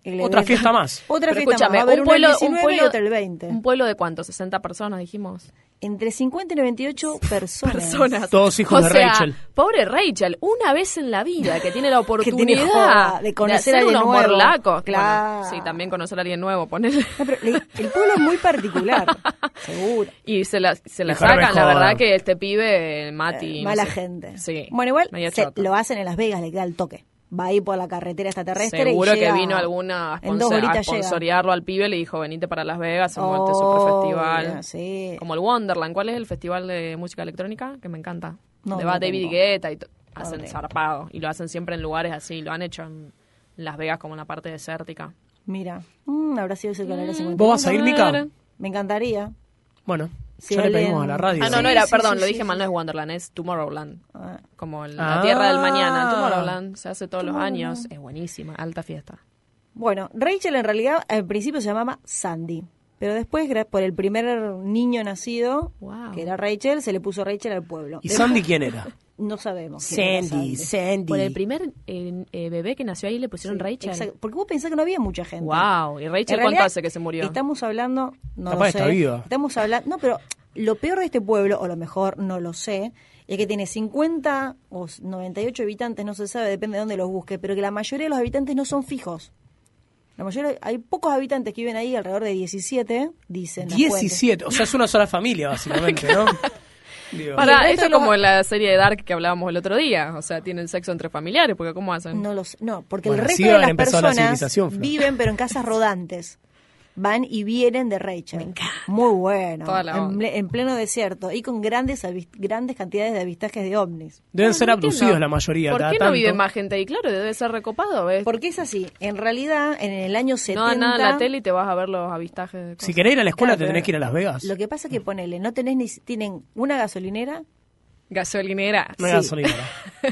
S2: El
S1: Otra
S2: evento-
S1: fiesta más.
S2: *laughs* Otra
S3: Pero
S2: fiesta más. Va a haber
S3: un
S2: una el
S3: pueblo, un
S2: 19
S3: pueblo-
S2: y otra el 20.
S3: ¿Un pueblo de cuánto? ¿60 personas dijimos?
S2: Entre 50 y 98 personas.
S3: *laughs* Personas.
S1: Todos hijos
S3: O
S1: de
S3: sea,
S1: Rachel.
S3: Pobre Rachel, una vez en la vida que
S2: *laughs*
S3: tiene
S2: tiene
S3: la oportunidad
S2: joda de conocer
S3: de
S2: a
S3: hacer
S2: alguien
S3: unos
S2: nuevo.
S3: morlacos.
S2: Claro.
S3: Bueno, sí, también conocer a alguien nuevo, ponele.
S2: No, pero le- el pueblo es muy particular, seguro.
S3: *laughs* Y se la, se la
S1: Dejar de
S3: sacan, la
S1: joder.
S3: verdad que este pibe, el Mati.
S2: Eh,
S3: no
S2: mala
S3: sé.
S2: gente.
S3: Sí.
S2: Bueno, igual
S3: medio
S2: se-
S3: choto.
S2: lo hacen en Las Vegas, le queda el toque. va a ir por la carretera extraterrestre.
S3: Seguro
S2: y llega-
S3: que vino alguna a,
S2: En dos
S3: sponsor- a
S2: horitas llega.
S3: sponsorearlo al pibe, le dijo, venite para Las Vegas, en
S2: Oh,
S3: este superfestival.
S2: mira, sí.
S3: Como el Wonderland, ¿cuál es el festival de música electrónica? Que me encanta.
S2: No,
S3: Donde
S2: no
S3: va David
S2: tengo.
S3: Guetta y to- hacen
S2: tengo.
S3: zarpado. Y lo hacen siempre en lugares así, lo han hecho en Las Vegas como en la parte desértica.
S2: Mira, Mm, habrá sido ese canal ese
S1: ¿Vos vas a ir, Mica?
S2: Me encantaría.
S1: Bueno,
S2: Si
S1: ya le
S2: alguien-
S1: pedimos a la radio.
S3: Ah, no, no
S2: Sí,
S3: era,
S2: sí,
S3: perdón,
S2: sí,
S3: lo
S2: sí,
S3: dije mal, no es Wonderland, es Tomorrowland.
S2: Ah,
S3: Como el- la
S1: Ah.
S3: tierra del mañana. Tomorrowland se hace todos los años. Es buenísima, alta fiesta.
S2: Bueno, Rachel en realidad al principio se llamaba Sandy, pero después gra- por el primer niño nacido,
S3: Wow.
S2: que era Rachel, se le puso Rachel al pueblo.
S1: ¿Y
S2: De-
S1: Sandy quién
S3: *laughs*
S1: era?
S2: No sabemos. quién era
S1: Sandy.
S3: Por el primer eh, eh, bebé que nació ahí le pusieron Rachel.
S2: Exacto, porque vos pensás que no había mucha gente.
S3: Wow, ¿y Rachel
S2: En
S3: cuánto
S2: realidad,
S3: hace que se murió?
S2: Estamos hablando, no lo
S1: Capaz
S2: sé.
S1: está viva.
S2: Estamos hablando, no, pero lo peor de este pueblo, o lo mejor, no lo sé, es que tiene 50 o 98 habitantes, no se sabe, depende de dónde los busques, pero que la mayoría de los habitantes no son fijos. La mayoría, hay pocos habitantes que viven ahí, alrededor de 17, dicen. las fuentes.
S1: 17, o sea, es una sola familia, básicamente, ¿no? Digo,
S2: Para-
S3: Ahora,
S2: Y el
S3: esto
S2: resto
S3: es
S2: lo-
S3: como la serie de Dark que hablábamos el otro día. O sea, tienen sexo entre familiares, porque ¿cómo hacen?
S2: No lo sé. No, porque
S1: Bueno,
S2: el
S1: así
S2: resto de
S1: habrán
S2: las
S1: empezado la
S2: personas
S1: civilización, Flor.
S2: viven, pero en casas rodantes. Van y vienen de Rachel. Muy bueno.
S3: Toda la
S2: en,
S3: onda.
S2: ple- en pleno desierto y con grandes avis- grandes cantidades de avistajes de ovnis.
S1: Deben ser
S3: No entiendo.
S1: abducidos la mayoría.
S3: ¿Por
S1: cada
S3: qué no
S1: tanto.
S3: vive más gente ahí? Claro, debe ser recopado. ¿ves?
S2: Porque es así. En realidad, en el año 70...
S3: No dan nada en la tele y te vas a ver los avistajes. de
S1: Si
S3: cosas.
S1: querés ir a la escuela,
S2: Claro,
S1: te tenés
S2: pero
S1: que ir a Las Vegas.
S2: Lo que pasa es que ponele, no tenés ni... si- Tienen una gasolinera,
S3: Gasolinera.
S1: No hay
S3: *laughs*
S1: gasolinera.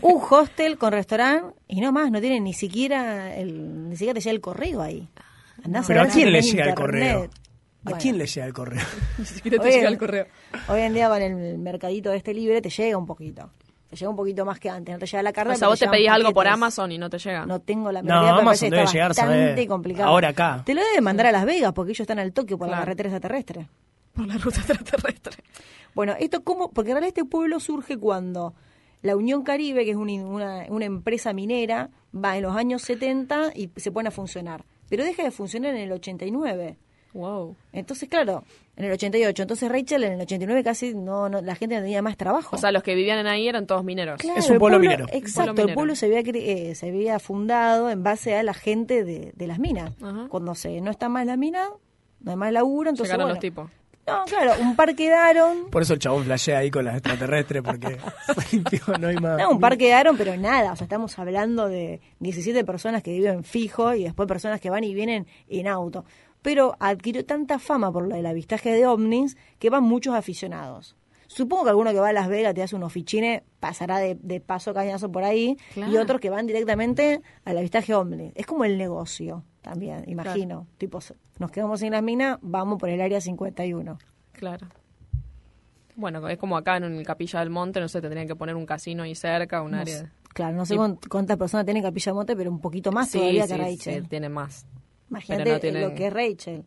S2: un *laughs* hostel con restaurante y no más. No tienen ni siquiera... El, ni siquiera te llega el correo ahí. Andás
S1: Pero ¿a
S2: ver si
S1: quién le
S2: tenés
S1: llega el
S2: internet.
S1: correo? ¿A
S2: Bueno.
S1: quién le llega el correo?
S3: Ni siquiera te
S2: Hoy
S3: llega
S2: en-
S3: el correo.
S2: Hoy en día va en el mercadito de este libre, te llega un poquito. Te llega un poquito más que antes. No te llega la carta.
S3: O sea,
S2: pero
S3: vos te
S2: llegan
S3: pedís algo por
S2: paquetes.
S3: Amazon y no te llega.
S2: No tengo la
S1: No,
S2: menor idea, pero
S1: Amazon
S2: parece que
S1: debe
S2: está
S1: llegar, sabe.
S2: bastante complicado.
S1: Ahora acá.
S2: Te lo debe mandar a Las Vegas porque ellos están al Tokio por la
S3: Claro.
S2: carretera extraterrestre.
S3: Por la ruta extraterrestre.
S2: Bueno, esto cómo, porque en realidad este pueblo surge cuando la Unión Caribe, que es una, una- una empresa minera, va en los años 70 y se pone a funcionar. Pero deja de funcionar en el 89.
S3: Wow.
S2: Entonces, claro, en el 88. Entonces Rachel en el 89 casi no, no- la gente no tenía más trabajo.
S3: O sea, los que vivían ahí eran todos mineros.
S2: Claro,
S1: Es un
S2: el
S1: pueblo minero.
S2: Exacto,
S3: Pueblo
S2: el pueblo
S3: minero.
S2: se había, cre- eh, se había fundado en base a la gente de, de las minas.
S3: Ajá.
S2: Cuando se no está más la mina, no hay más laburo, entonces
S3: Llegaron
S2: bueno.
S3: los tipos.
S2: No, claro, un par quedaron.
S1: Por eso el chabón flashea ahí con las extraterrestres, porque se limpió, no hay más.
S2: No, un par quedaron, pero nada. O sea, estamos hablando de 17 personas que viven fijo y después personas que van y vienen en auto. Pero adquirió tanta fama por lo del avistaje de ovnis que van muchos aficionados. Supongo que alguno que va a Las Vegas te hace unos fichines, pasará de, de paso cañazo por ahí, y
S3: Claro.
S2: otros que van directamente al avistaje ovni. Es como el negocio también, imagino. Tipo, nos quedamos en las minas, vamos por el área 51.
S3: Claro. Bueno, es como acá en el Capilla del Monte, no sé, tendrían que poner un casino ahí cerca, un
S2: No
S3: área.
S2: sé- claro, no sé
S3: Y-
S2: cuán- cuántas personas tienen Capilla Monte, pero un poquito más
S3: sí,
S2: todavía
S3: sí,
S2: que
S3: sí,
S2: Rachel.
S3: tiene más.
S2: Imagínate
S3: Pero no tienen-
S2: lo que es Rachel.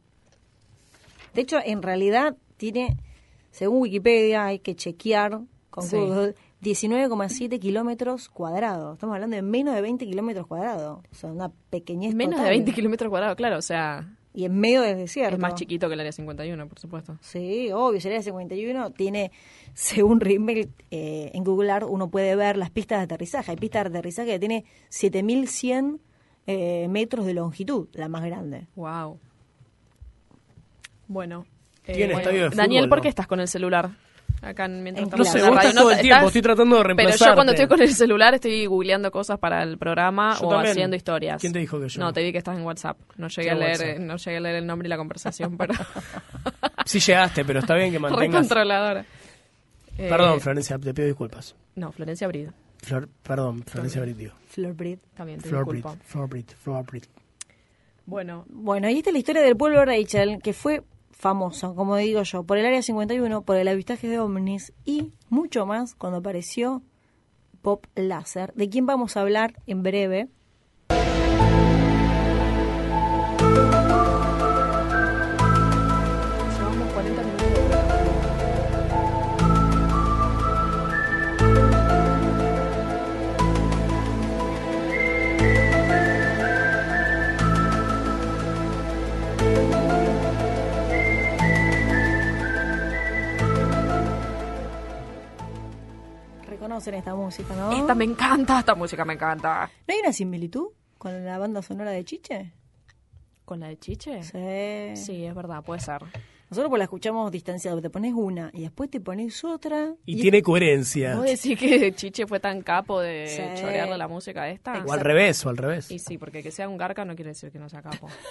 S2: De hecho, en realidad tiene, según Wikipedia, hay que chequear con
S3: Sí.
S2: Google, 19,7 kilómetros cuadrados. Estamos hablando de menos de 20 kilómetros cuadrados. O sea, una pequeñez
S3: Menos de
S2: total.
S3: 20 kilómetros cuadrados, claro, o sea,
S2: Y en medio del desierto.
S3: es más chiquito que el área 51, por supuesto.
S2: Sí, obvio, el área 51 tiene, según Rimmel, eh, en Google Earth uno puede ver las pistas de aterrizaje. Hay pistas de aterrizaje que tiene 7100 eh, metros de longitud, la más grande.
S3: Wow. Bueno. eh,
S1: Tiene
S3: bueno.
S1: estadio de
S3: Daniel,
S1: fútbol,
S3: ¿por
S1: ¿no?
S3: qué estás con el celular? Acá en- mientras
S2: No
S1: No
S3: estamos
S1: sé,
S3: en la
S1: vos
S3: radio.
S1: estás
S3: No,
S1: todo el tiempo,
S3: estás-
S1: estoy tratando de reemplazar.
S3: Pero yo cuando estoy con el celular estoy googleando cosas para el programa
S1: Yo
S3: o
S1: también.
S3: haciendo historias.
S1: ¿Quién te dijo que yo?
S3: No, te vi que estás en WhatsApp. No llegué,
S1: ¿Qué
S3: a leer,
S1: WhatsApp?
S3: eh, no llegué a leer el nombre y
S1: *laughs*
S3: la conversación, pero...
S1: Sí llegaste, pero está bien que mantengas...
S3: Recontroladora. Eh,
S1: Perdón, Florencia, te pido disculpas.
S3: No, Florencia Brida.
S1: Flor- perdón, Florencia Brito.
S2: Flor Brit.
S3: También te
S1: Flor Brit,
S3: disculpo.
S1: Flor Brit, Flor Brit.
S3: Bueno,
S2: Bueno, y esta es la historia del pueblo Rachel, que fue famoso, como digo yo, por el Área 51, por el avistaje de ovnis y mucho más cuando apareció Bob Lazar, de quien vamos a hablar en breve.
S3: llevamos 40 minutos.
S2: conocen esta música, ¿no?
S3: Esta me encanta, esta música me encanta.
S2: ¿No hay una similitud con la banda sonora de Chiche?
S3: ¿Con la de Chiche?
S2: Sí.
S3: Sí, es verdad, puede ser.
S2: Nosotros pues la escuchamos distanciado, te pones una y después te pones otra.
S1: Y, tiene coherencia.
S3: ¿Puedo decir que Chiche fue tan capo de
S2: Sí.
S3: chorearle la música esta?
S1: O al revés, o al revés.
S3: Y sí, porque que sea un garca no quiere decir que no sea capo.
S2: *laughs*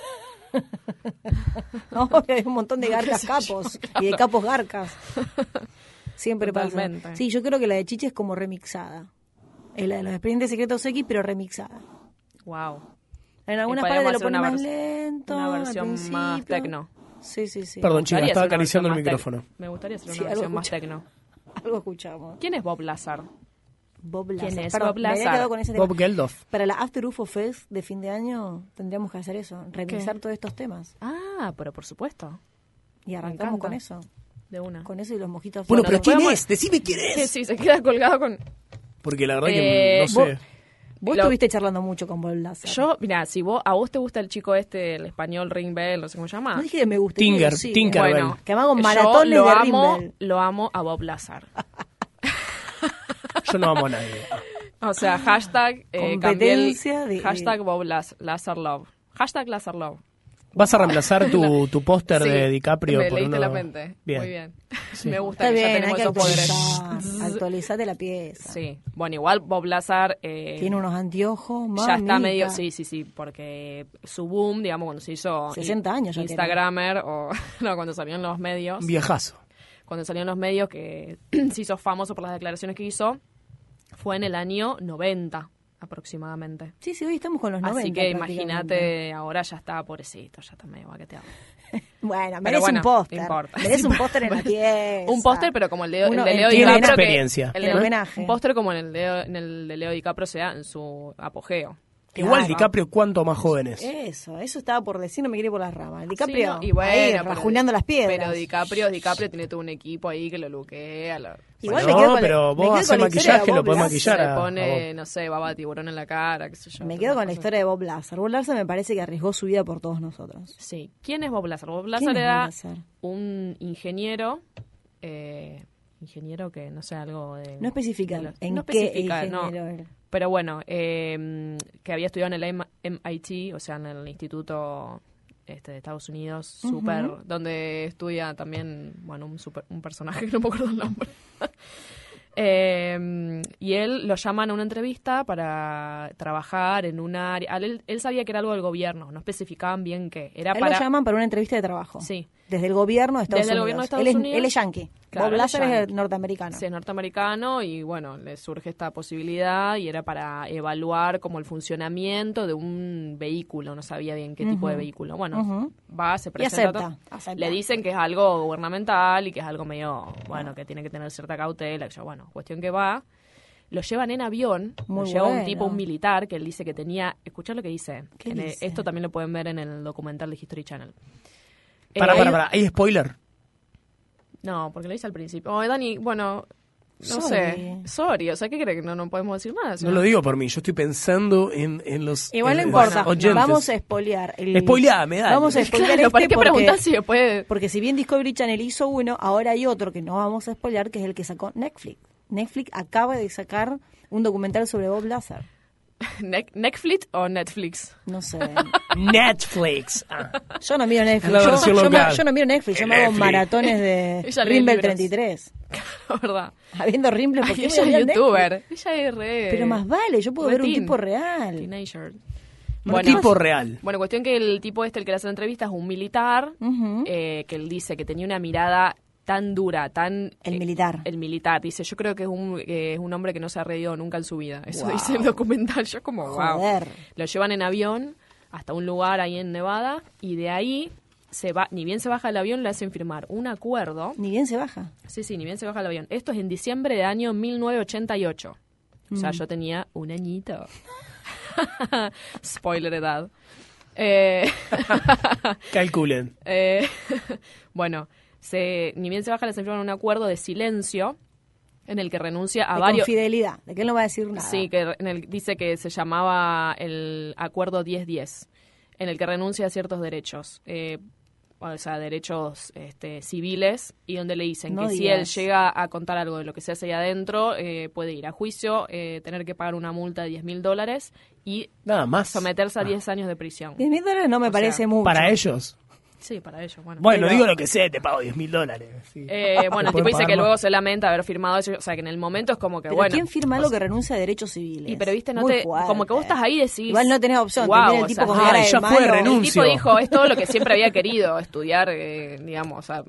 S2: No, hay un
S3: *laughs*
S2: montón de garcas capos y de capos garcas. Siempre pasa.
S3: Totalmente.
S2: Sí, yo creo que la de Chiche es como remixada. Es la de los expedientes secretos X, pero remixada.
S3: Wow.
S2: En algunas
S3: Y
S2: partes
S3: podríamos
S2: lo
S3: hacer
S2: ponen
S3: una
S2: más
S3: vers-
S2: lento.
S3: una
S2: al
S3: versión más
S2: principio.
S3: tecno.
S2: Sí, sí, sí.
S1: Perdón,
S3: Me
S1: chicas, estaba
S3: gustaría hacer una
S1: acariciando el
S3: versión más
S1: micrófono.
S3: tec- Me gustaría hacer una
S2: Sí, algo
S3: versión más
S2: escucha.
S3: tecno.
S2: Algo escuchamos.
S3: ¿Quién es Bob Lazar?
S2: Bob Lazar.
S3: es
S2: Perdón,
S3: Bob
S2: me había
S3: Lazar?
S2: quedado con ese tema.
S1: Bob Geldof.
S2: Para la After UFO Fest de fin de año tendríamos que hacer eso, revisar todos estos temas.
S3: Ah, pero por supuesto.
S2: Y
S3: Me
S2: arrancamos
S3: encanta.
S2: con eso.
S3: De una.
S2: Con eso y los mojitos.
S1: Bueno, pero
S2: afuera.
S3: nos
S1: ¿quién
S3: podemos-
S1: es? Decime quién
S3: *laughs* Sí,
S1: es.
S3: sí, se queda colgado con...
S1: Porque la verdad
S3: Eh,
S1: que no sé.
S2: vos- Vos
S3: Lo-
S2: estuviste charlando mucho con Bob Lazar.
S3: Yo, mira, si vos, a vos te gusta el chico este, el español Ring Bell, no sé cómo se llama.
S2: No dije que me gusta.
S1: Tinker,
S2: dije que sí,
S1: Tinker.
S2: ¿eh?
S3: bueno,
S2: Que me hago
S3: yo
S2: maratones
S3: lo
S2: de
S3: amo,
S2: Ring Bell.
S3: Lo amo a Bob Lazar.
S1: Yo no amo a nadie.
S3: O sea, hashtag... eh, cambié el-
S2: Competencia Ah, de-
S3: Hashtag Bob Laz- Lazar Love. Hashtag Lazar Love.
S1: ¿Vas a reemplazar
S3: *laughs*
S1: tu, tu póster
S3: Sí,
S1: de DiCaprio
S3: Me
S1: por
S3: leíste
S1: uno-
S3: la mente. Muy bien. Me gusta
S2: Está
S3: que ya
S2: bien, hay
S3: tenemos
S2: que
S3: esos
S2: actualizar.
S3: poderes. *laughs*
S2: Actualizate la pieza.
S3: Sí. Bueno, igual Bob Lazar... eh,
S2: Tiene unos anteojos, más.
S3: ya está medio, sí, sí, sí, porque su boom, digamos, cuando se hizo
S2: 60 años ya tiene.
S3: Instagramer o *laughs* no, cuando salió en los medios,
S1: Viejazo.
S3: cuando salió en los medios que *clears throat* se hizo famoso por las declaraciones que hizo, fue en el año 90 aproximadamente.
S2: Sí, sí, hoy estamos con los 90.
S3: Así que
S2: prácticamente.
S3: imagínate, ahora ya está pobrecito, ya está medio baqueteado.
S2: Bueno,
S3: Pero
S2: merece
S3: bueno,
S2: un póster.
S3: no importa. *laughs*
S2: Merece un póster en la pieza.
S3: Un póster, pero como el de,
S2: Uno
S3: el de
S2: entiende.
S3: Leo
S1: Tiene
S3: DiCaprio. que-
S1: experiencia.
S3: el
S2: El
S3: de-
S2: homenaje.
S3: Un póster como en el, de, en el de Leo DiCaprio, o sea, en su apogeo.
S1: Igual
S2: Claro.
S1: DiCaprio, ¿cuánto más joven es?
S3: Eh,
S2: Eso, eso estaba por decir, no me quiere ir por las ramas. DiCaprio,
S3: Sí, no, y bueno,
S2: ahí,
S3: pero-
S2: rajuneando las piedras.
S3: Pero DiCaprio, DiCaprio tiene todo un equipo ahí que lo luquea. Lo,
S2: Igual
S1: Bueno,
S2: me quedo con
S1: pero
S2: la,
S1: vos
S2: me quedo
S1: haces
S2: con la historia de
S1: maquillaje, lo
S2: Bob
S1: podés
S2: Lazar.
S1: maquillar
S3: se
S1: a-
S3: pone,
S1: a
S3: no sé, baba tiburón en la cara, qué sé yo.
S2: Me
S3: todas
S2: quedo
S3: esas
S2: con la
S3: cosas.
S2: historia de Bob Lazar. Bob Lazar me parece que arriesgó su vida por todos nosotros.
S3: Sí. ¿Quién es Bob Lazar? Bob
S2: ¿Quién
S3: Lazar
S2: es
S3: era
S2: Bob Lazar?
S3: un ingeniero. eh, ingeniero que, no sé, algo de.
S2: No especifican
S3: de los-
S2: en
S3: no
S2: qué
S3: especifica, no.
S2: ingeniero era.
S3: Pero bueno, eh, que había estudiado en el M- MIT, o sea, en el Instituto este, de Estados Unidos, super, donde estudia también, bueno, un, super, un personaje *laughs* que no me acuerdo el nombre. Eh, y él lo llaman a una entrevista para trabajar en un área. Él, él sabía que era algo del gobierno, no especificaban bien qué. Era
S2: A él
S3: para.
S2: lo llaman para una entrevista de trabajo.
S3: Sí.
S2: Desde el gobierno de Estados
S3: Desde el
S2: Unidos.
S3: gobierno de Estados
S2: él es,
S3: Unidos.
S2: Él es yankee.
S3: Claro,
S2: Bob
S3: él es
S2: Lazar es,
S3: yankee.
S2: norteamericano.
S3: Sí, es norteamericano y bueno, le surge esta posibilidad y era para evaluar como el funcionamiento de un vehículo, no sabía bien qué tipo de vehículo. Bueno, va, se presenta.
S2: acepta,
S3: todo.
S2: acepta.
S3: Le dicen que es algo gubernamental y que es algo medio, bueno, que tiene que tener cierta cautela. que yo, bueno, cuestión que va. Lo llevan en avión,
S2: Muy
S3: lo lleva
S2: bueno.
S3: un tipo, un militar, que él dice que tenía, escuchá lo que dice,
S2: ¿Qué
S3: En el-
S2: dice?
S3: esto también lo pueden ver en el documental de History Channel.
S1: Para,
S3: Eh,
S1: para, para. ¿Hay spoiler?
S3: no, porque lo hice al principio. Oh, Dani, bueno, no
S2: Sorry.
S3: sé. Sorry, o sea, ¿qué crees? que no, no podemos decir nada? o sea.
S1: No lo digo por mí. Yo estoy pensando en, en los.
S2: Igual no
S1: en- en
S2: importa.
S1: los Eh, oyentes.
S2: Vamos a spoilear. El...
S1: Spoileame, dale.
S2: Vamos a spoilear
S3: Claro,
S2: este
S3: ¿para qué
S2: porque-
S3: preguntas si después
S2: Porque si bien Discovery Channel hizo uno, ahora hay otro que no vamos a spoilear, que es el que sacó Netflix. Netflix acaba de sacar un documental sobre Bob Lazar.
S3: Ne- Netflix o Netflix? *laughs*
S2: No sé.
S1: Netflix. Ah.
S2: Yo no miro Netflix.
S1: La
S2: Yo,
S1: versión
S2: yo me-
S1: local.
S2: yo no miro Netflix. Yo me hago
S1: Netflix.
S2: maratones de
S3: *laughs* Ella lee
S2: Rimbel
S3: libros.
S2: 33.
S3: La verdad.
S2: Habiendo Rimbel,
S3: Ay,
S2: porque
S3: ella es youtuber. Ella es re.
S2: Pero más vale, yo puedo
S3: re
S2: ver un
S3: teen.
S2: tipo real.
S3: Teenager.
S1: Un tipo real.
S3: Bueno, cuestión que el tipo este, el que le hace la entrevista, es un militar,
S2: Ujú.
S3: eh, que él dice que tenía una mirada tan dura, tan...
S2: El
S3: eh,
S2: militar.
S3: El militar. Dice, yo creo que es un, que es un hombre que no se ha reído nunca en su vida. Eso dice el documental. Yo como, wow.
S2: Joder.
S3: Lo llevan en avión hasta un lugar ahí en Nevada y de ahí... Se va, ni bien se baja el avión, le hacen firmar un acuerdo.
S2: Ni bien se baja.
S3: Sí, sí, ni bien se baja el avión. Esto es en diciembre de año 1988. O sea, yo tenía un añito. *laughs* Spoiler edad. Eh, *laughs*
S1: Calculen.
S3: eh, *laughs* bueno, se, ni bien se baja, les firman un acuerdo de silencio en el que renuncia a
S2: de
S3: varios.
S2: confidelidad, de que él no va a decir nada.
S3: Sí, que re- en el- dice que se llamaba el acuerdo 1010, en el que renuncia a ciertos derechos. Eh, o sea, derechos este, civiles, y donde le dicen
S2: No
S3: que si
S2: digas.
S3: él llega a contar algo de lo que se hace ahí adentro, eh, puede ir a juicio, eh, tener que pagar una multa de 10 mil dólares y
S1: Nada más.
S3: someterse
S2: Ah.
S3: a 10 años de prisión.
S2: 10 mil dólares no me
S3: O sea,
S2: parece mucho.
S1: Para ellos.
S3: Sí, para ellos, bueno.
S1: Bueno,
S2: Pero-
S1: digo lo que sé, te pago 10 mil dólares. sí.
S3: Eh,
S1: *laughs*
S3: bueno, el
S1: Te
S3: tipo
S1: pueden
S3: dice
S1: pagar
S3: que
S1: más.
S3: luego se lamenta haber firmado eso, o sea, que en el momento es como que,
S2: Pero
S3: bueno,
S2: ¿quién firma algo que renuncia a derechos civiles?
S3: y pero viste, no
S2: Muy
S3: te,
S2: fuerte.
S3: como que vos estás ahí y decís...
S2: Igual no tenés opción, te
S3: "Guau",
S2: viene el
S3: o
S2: tipo
S3: sea,
S2: con
S1: "Ay,
S2: cara de
S1: ya fue,
S2: malo".
S1: renuncio.
S3: El tipo dijo, es todo lo que siempre había querido, estudiar, eh, digamos, o sea,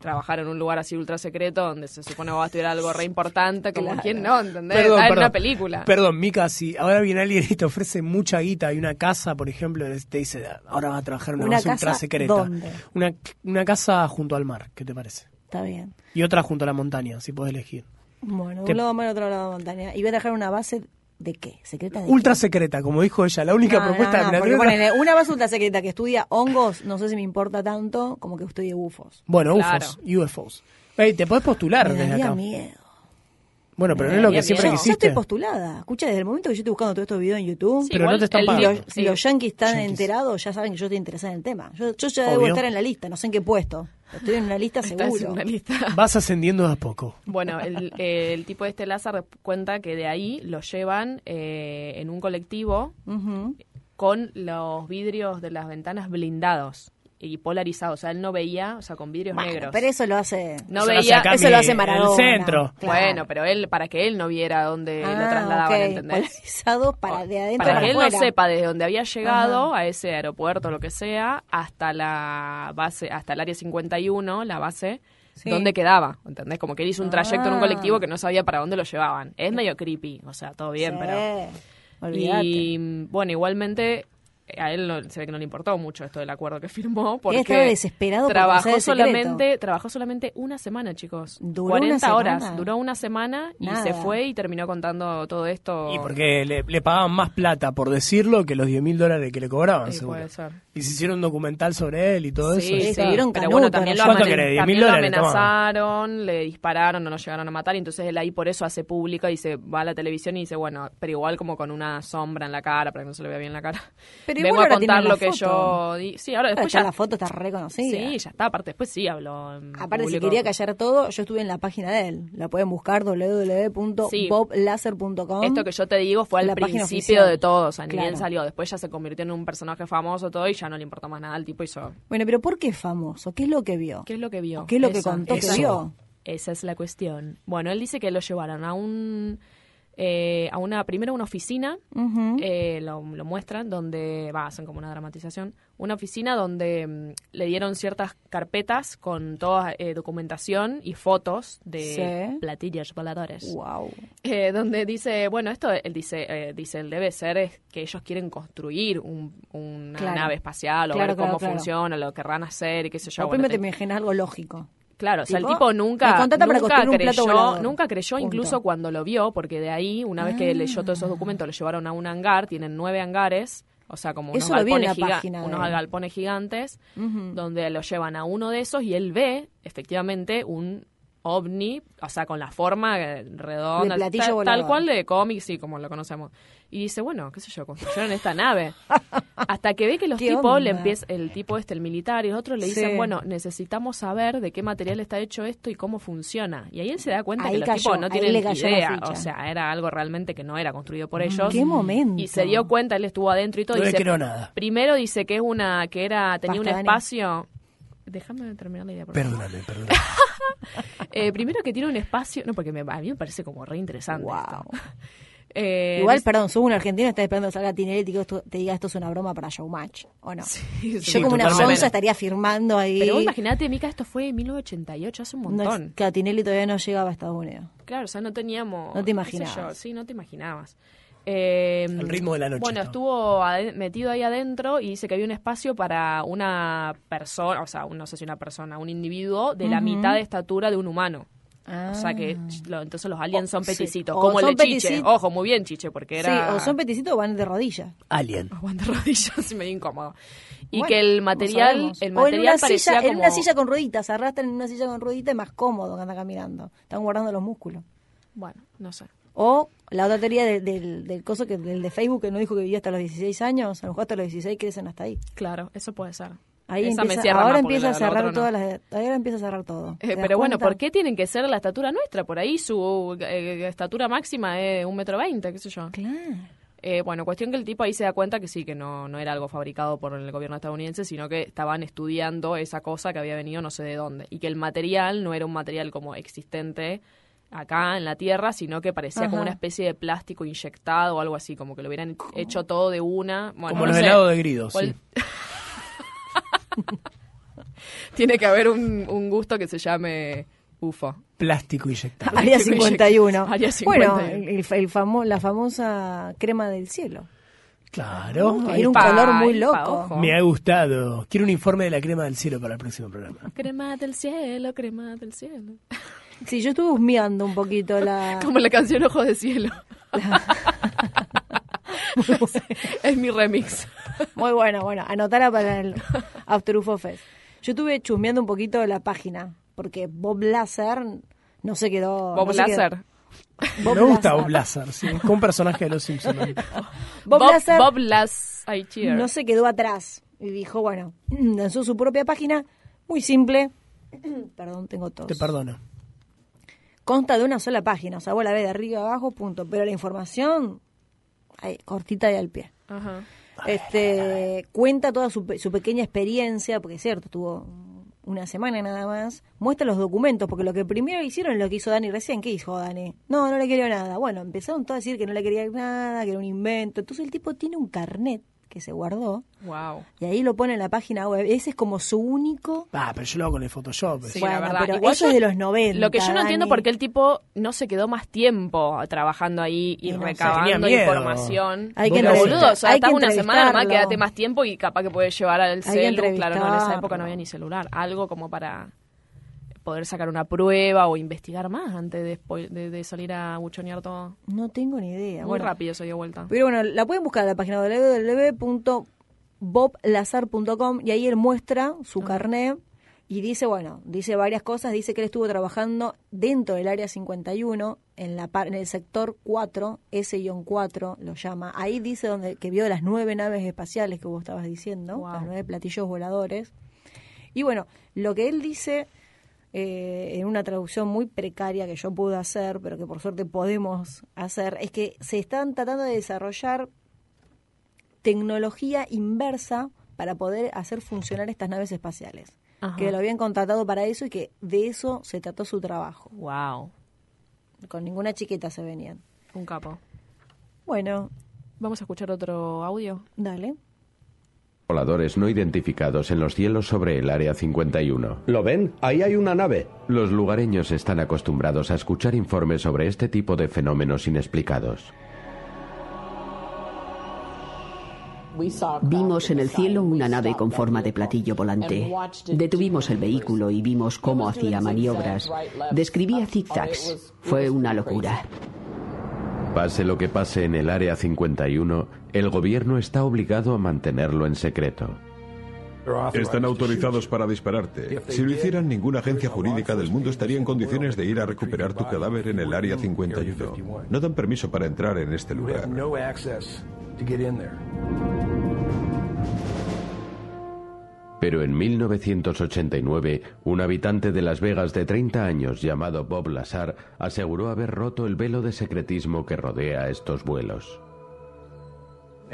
S3: trabajar en un lugar así ultra secreto donde se supone vas a estudiar algo re importante, como
S2: Claro.
S3: quién no, ¿entendés?
S1: Perdón,
S3: Ah, en
S1: perdón.
S3: una película.
S1: Perdón, Mica, si ahora viene alguien y te ofrece mucha guita y una casa, por ejemplo, te dice, ahora vas a trabajar en una,
S2: ¿Una
S1: base ultra
S2: casa
S1: secreta.
S2: dónde?
S1: Una, una casa junto al mar, ¿qué te parece?
S2: Está bien.
S1: Y otra junto a la montaña, si podés elegir.
S2: Bueno, de
S1: Te-
S2: un lado mar, otro lado montaña. Y voy a dejar una base de qué? ¿Secreta de qué?
S1: Ultra secreta, como dijo ella, la única
S2: No,
S1: propuesta
S2: no, no,
S1: de la
S2: porque
S1: tierra-
S2: ponele, una basulta secreta que estudia hongos, no sé si me importa tanto como que estudie bufos.
S1: Bueno,
S3: Claro.
S1: UFOs, UFOs. Ey, te podés postular
S2: me
S1: desde
S2: daría
S1: acá.
S2: miedo.
S1: Bueno, pero no es lo que
S3: daría
S1: siempre
S3: miedo.
S2: yo, yo
S1: quisiste.
S2: estoy postulada. Escucha, desde el momento que yo estoy buscando todos estos videos en YouTube,
S3: Sí,
S1: Pero
S3: igual
S1: no te están
S3: el
S2: si
S1: pagando.
S3: tipo-
S2: los, si los yanquis están enterados, ya saben que yo estoy interesada en el tema. Yo, yo ya debo
S1: Obvio.
S2: estar en la lista, no sé en qué puesto. Estoy en una lista
S3: Está
S2: seguro.
S3: en una lista.
S1: Vas ascendiendo de a poco.
S3: Bueno, el, eh, el tipo de este Lázaro cuenta que de ahí lo llevan eh, en un colectivo
S2: Ujú.
S3: con los vidrios de las ventanas blindados y polarizados. O sea, él no veía, o sea, con vidrios
S2: Bueno,
S3: negros.
S2: pero eso lo hace.
S3: No
S1: Eso lo
S3: veía-
S1: hace acá
S2: eso
S1: mi-
S2: lo hace Maradona.
S1: El centro.
S2: Claro.
S3: Bueno, pero él, para que él no viera dónde eh, lo
S2: Ah,
S3: trasladaban,
S2: ok.
S3: ¿entendés?
S2: Polarizado para de adentro
S3: para
S2: para
S3: que él no
S2: afuera.
S3: sepa desde dónde había llegado a ese aeropuerto o lo que sea hasta la base hasta el área 51 la base
S2: Sí.
S3: dónde quedaba ¿entendés? como que él hizo un trayecto en un
S2: Ah.
S3: colectivo que no sabía para dónde lo llevaban es medio creepy o sea todo bien
S2: Sí.
S3: pero
S2: Olvídate.
S3: y bueno igualmente a él no- se ve que no le importó mucho esto del acuerdo que firmó porque
S2: estaba desesperado por conocer
S3: trabajó
S2: el secreto.
S3: solamente trabajó solamente una semana chicos
S2: Duró una
S3: 40 horas
S2: semana.
S3: duró una semana y
S2: Nada.
S3: se fue y terminó contando todo esto
S1: Y porque le, le pagaban más plata por decirlo que los 10 mil dólares que le cobraban,
S3: Sí,
S1: seguro.
S3: puede ser.
S1: Y se hicieron un documental sobre él y todo eso.
S3: Sí,
S2: Le
S3: sí,
S2: dieron
S3: pero
S2: canuto,
S3: bueno, también
S2: ¿no?
S3: lo,
S1: ¿Cuánto
S3: amen-
S1: querés? ¿Diez
S3: también
S1: mil
S3: lo
S1: dólares? Toma.
S3: amenazaron, le dispararon, no lo llegaron a matar, y entonces él ahí por eso hace pública y se va a la televisión y dice, bueno, pero igual como con una sombra en la cara, para que no se le vea bien la cara.
S2: *laughs* Pero
S3: Vengo
S2: igual
S3: a
S2: ahora tiene
S3: contar
S2: la
S3: lo que
S2: foto.
S3: yo... di- Sí,
S2: Ahora
S3: ahora después
S2: ya
S3: ya...
S2: la foto está reconocida.
S3: Sí, ya está, aparte después sí habló. en
S2: Aparte, si
S3: público.
S2: quería callar todo, yo estuve en la página de él. La pueden buscar www.boblaser.com.
S3: Esto que yo te digo fue al
S2: La página
S3: principio
S2: oficial.
S3: de todo, o sea, ni
S2: Claro.
S3: bien salió. Después ya se convirtió en un personaje famoso todo y ya no le importó más nada al tipo hizo...
S2: Bueno, pero ¿por qué es famoso? ¿Qué es lo que vio?
S3: ¿Qué es lo que vio?
S2: ¿Qué es lo que contó
S1: eso.
S2: que vio?
S3: Esa es la cuestión. Bueno, él dice que lo llevaron a un eh, a una primero a una oficina,
S2: Ujú.
S3: eh, lo, lo muestran donde va, hacen como una dramatización, una oficina donde mm, le dieron ciertas carpetas con toda eh, documentación y fotos de
S2: Sí.
S3: platillos voladores.
S2: Wow.
S3: Eh, donde dice, bueno, esto él dice, eh, dice, él debe ser es que ellos quieren construir un- una
S2: Claro.
S3: nave espacial o
S2: Claro,
S3: ver
S2: claro,
S3: cómo
S2: claro.
S3: funciona, lo querrán hacer y qué sé yo.
S2: Yo
S3: Bueno,
S2: primero te
S3: te-
S2: imaginas algo lógico.
S3: Claro, o sea, el
S2: Tipo,
S3: tipo
S2: me
S3: nunca,
S2: contrata para
S3: nunca
S2: construir un plato
S3: creyó,
S2: volador.
S3: nunca
S2: Punto.
S3: creyó
S2: Ah.
S3: incluso cuando lo vio, porque de ahí, una vez que leyó todos esos documentos, lo llevaron a un hangar, tienen nueve hangares, o sea, como unos,
S2: Eso lo vi en
S3: galpones,
S2: la
S3: giga-
S2: página de
S3: unos
S2: él.
S3: galpones gigantes, donde lo llevan a uno de esos y él ve, efectivamente, un ovni, o sea, con la forma eh, redonda,
S2: De platillo
S3: tal- tal,
S2: volador.
S3: cual de cómics, y como lo conocemos. Y dice, bueno, qué sé yo, construyeron
S2: *laughs*
S3: esta nave. Hasta que ve que los
S2: ¿Qué
S3: tipos le
S2: onda?
S3: empieza, el tipo este, el militar y los otros le dicen,
S2: Sí.
S3: bueno, necesitamos saber de qué material está hecho esto y cómo funciona. Y ahí él se da cuenta
S2: Ahí
S3: que los
S2: cayó,
S3: tipos no
S2: ahí
S3: tienen
S2: le cayó la
S3: idea.
S2: ficha. Mm,
S3: O sea, era algo realmente que no era construido por ellos.
S2: qué momento.
S3: Y se dio cuenta, él estuvo adentro y todo.
S1: No le
S3: dice,
S1: creo nada.
S3: Primero dice que es una, que era, tenía
S2: Basta,
S3: un
S2: Dani.
S3: espacio. Déjame terminar la idea. Por favor.
S1: Perdóname, perdóname.
S3: Eh, primero que tiene un espacio, no, porque me- a mí me parece como re interesante.
S2: Wow.
S3: esto. *laughs* Eh,
S2: Igual,
S3: dice-
S2: perdón, subo un argentino, está esperando que salga Tinelli y que esto- te diga esto es una broma para Showmatch, ¿o no? Yo
S1: sí,
S2: como una
S1: totalmente.
S2: sonza estaría firmando ahí.
S3: Pero vos imaginate, Mica, esto fue en 1988, hace un
S2: No,
S3: montón.
S2: que Tinelli todavía no llegaba a Estados Unidos.
S3: Claro, o sea, no teníamos.
S2: No te
S3: qué sé
S2: imaginabas.
S3: yo, sí, no te imaginabas. Eh,
S1: Al ritmo de la noche
S3: Bueno,
S1: estaba.
S3: estuvo ade- metido ahí adentro y dice que había un espacio para una persona, o sea, un- no sé si una persona, un individuo de la mitad de estatura de un humano. O sea que lo- entonces los aliens son
S2: Ah. Oh, sí.
S3: peticitos,
S2: O
S3: como el
S2: son
S3: de Chiche.
S2: peticitos.
S3: Ojo, muy bien Chiche, porque era
S2: Sí, o son peticitos o van de rodillas.
S1: Alien.
S3: aguanta *laughs* rodillas y medio incómodo. Y
S2: Bueno,
S3: que el
S2: no
S3: material,
S2: sabemos.
S3: el
S2: O en una
S3: material parecía
S2: silla,
S3: como
S2: en una silla con rueditas, se arrastran en una silla con rueditas, es más cómodo que andar caminando. Están guardando los músculos.
S3: bueno, no sé.
S2: O la otra teoría del, del, del coso que del de Facebook que no dijo que vivía hasta los 16 años, a lo mejor hasta los 16 crecen hasta ahí.
S3: Claro, eso puede ser.
S2: Ahí
S3: Esa me
S2: empieza-
S3: cierra
S2: ahora
S3: más porque
S2: empieza
S3: la-
S2: a
S3: la
S2: cerrar
S3: otra no.
S2: todas las. Ahora empieza a cerrar todo.
S3: Eh,
S2: ¿Te das
S3: pero bueno,
S2: cuenta?
S3: ¿por qué tienen que ser la estatura nuestra? Por ahí su eh, estatura máxima es un metro veinte, qué sé yo.
S2: Claro.
S3: Eh, bueno, cuestión que el tipo ahí se da cuenta que sí, que no, no era algo fabricado por el gobierno estadounidense, sino que estaban estudiando esa cosa que había venido no sé de dónde. Y que el material no era un material como existente acá en la Tierra, sino que parecía
S2: Ajá.
S3: como una especie de plástico inyectado o algo así, como que lo hubieran hecho todo de una. Bueno,
S1: Como
S3: no
S1: los
S3: sé.
S1: helados de grido,
S3: O el-
S1: sí.
S3: *laughs* Tiene que haber un, un gusto que se llame UFO.
S1: Plástico inyectado.
S2: Área
S3: Chico,
S2: 51.
S3: Área
S2: Bueno,
S3: 51.
S2: el, el famo- la famosa crema del cielo.
S1: Claro.
S2: Era
S1: ahí
S2: un
S1: está.
S2: color muy
S3: Ay,
S2: loco.
S3: pa, ojo.
S1: Me ha gustado. Quiero un informe de la crema del cielo para el próximo programa.
S3: Crema del cielo, crema del cielo.
S2: Sí, yo estuve husmeando un poquito
S3: *laughs*
S2: la.
S3: Ah. Como la canción Ojos
S2: *laughs*
S3: de Cielo. *laughs* es mi remix.
S2: Muy bueno, bueno, anotala para el After UFO Fest. Yo estuve chusmeando un poquito la página, porque Bob Lazar no se quedó.
S3: Bob
S2: no se quedó-
S3: Lazar.
S2: Bob
S1: Me gusta
S2: Lazar.
S1: Bob Lazar, sí. Con un personaje de los Simpsons.
S2: Bob Lazar
S3: Bob Lazar. I cheer.
S2: no se quedó atrás y dijo, bueno, *clears throat* lanzó su propia página, muy simple. *clears throat* Perdón, tengo tos.
S1: Te perdono.
S2: Consta de una sola página, o sea, vos la ves de arriba a abajo, punto. Pero la información, ahí, cortita y al pie.
S3: Ajá.
S2: este cuenta toda su, pe- su pequeña experiencia, porque es cierto, estuvo una semana nada más, muestra los documentos, porque lo que primero hicieron es lo que hizo Dani recién, ¿qué hizo Dani? No, no le quería nada. Bueno, empezaron todos a decir que no le quería nada, que era un invento. Entonces el tipo tiene un carnet que se guardó
S3: Wow.
S2: y ahí lo pone en la página web. Ese es como su único...
S1: Ah, pero yo lo hago con el Photoshop. pues.
S3: Sí,
S2: Bueno,
S3: la verdad.
S2: pero
S3: Igual
S2: eso
S3: yo-
S2: es de los 90,
S3: Lo que yo no entiendo
S2: Dani.
S3: por qué el tipo no se quedó más tiempo trabajando ahí y,
S2: Y no sé.
S1: Tenía
S3: recabando
S1: miedo.
S3: información.
S2: Hay
S1: que
S3: Pero,
S1: entrevistar-
S3: boludo, o sea,
S2: hay
S3: estás
S2: que
S3: una semana, nomás
S2: entrevistarlo.
S3: quédate más tiempo y capaz que puedes llevar al
S2: que
S3: celular. Claro, no, en esa época
S2: entrevistarlo.
S3: no había ni celular. Algo como para poder sacar una prueba o investigar más antes de, spoil- de- de salir a buchonear todo.
S2: No tengo ni idea.
S3: Muy
S2: bueno,
S3: rápido se dio vuelta.
S2: Pero bueno, la pueden buscar en la página www.boblazar.com y ahí él muestra
S3: Ah.
S2: su carnet y dice, bueno, dice varias cosas, dice que él estuvo trabajando dentro del área 51 en la par- en el sector 4, S-4 lo llama. Ahí dice donde que vio las nueve naves espaciales que vos estabas diciendo,
S3: Wow.
S2: las nueve platillos voladores. Y bueno, lo que él dice eh, en una traducción muy precaria que yo pude hacer, pero que por suerte podemos hacer, es que se están tratando de desarrollar tecnología inversa para poder hacer funcionar estas naves espaciales.
S3: Ajá.
S2: Que lo habían contratado para eso y que de eso se trató su trabajo.
S3: Wow.
S2: Con ninguna chiqueta se venían.
S3: Un capo.
S2: Bueno,
S3: Vamos a escuchar otro audio.
S2: dale.
S6: Voladores no identificados en los cielos sobre el Área 51.
S7: ¿Lo ven? Ahí hay una nave.
S6: Los lugareños están acostumbrados a escuchar informes sobre este tipo de fenómenos inexplicados.
S8: Vimos en el cielo una nave con forma de platillo volante. Detuvimos el vehículo y vimos cómo hacía maniobras. Describía zigzags. Fue una locura.
S6: Pase lo que pase en el Área 51, el gobierno está obligado a mantenerlo en secreto.
S9: Están autorizados para dispararte. Si lo hicieran, ninguna agencia jurídica del mundo estaría en condiciones de ir a recuperar tu cadáver en el Área 51. No dan permiso para entrar en este lugar.
S6: Pero en 1989, un habitante de Las Vegas de 30 años llamado Bob Lazar aseguró haber roto el velo de secretismo que rodea estos vuelos.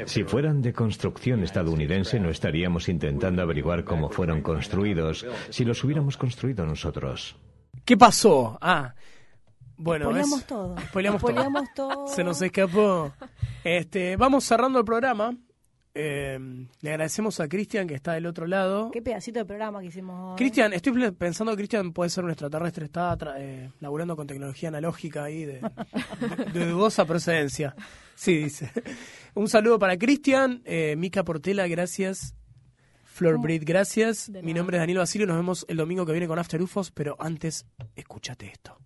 S5: Si fueran de construcción estadounidense, no estaríamos intentando averiguar cómo fueron construidos si los hubiéramos construido nosotros.
S1: ¿Qué pasó? Ah, bueno,
S2: Spoileamos
S1: es- *laughs*
S2: todo.
S1: spoileamos todo.
S2: Spoileamos todo.
S1: Se nos escapó. Este, vamos cerrando el programa. Eh, le agradecemos a Cristian que está del otro lado.
S2: Qué pedacito de programa que hicimos hoy.
S1: Cristian, estoy pl- pensando que Cristian puede ser un extraterrestre, está tra- eh, laburando con tecnología analógica ahí de, de- de dudosa procedencia. Sí, dice. Un saludo para Cristian, eh, Mica Portela, gracias. Flor Brit, gracias. Mi nombre es Danilo Basilio, nos vemos el domingo que viene con After UFOs, pero antes, escúchate esto.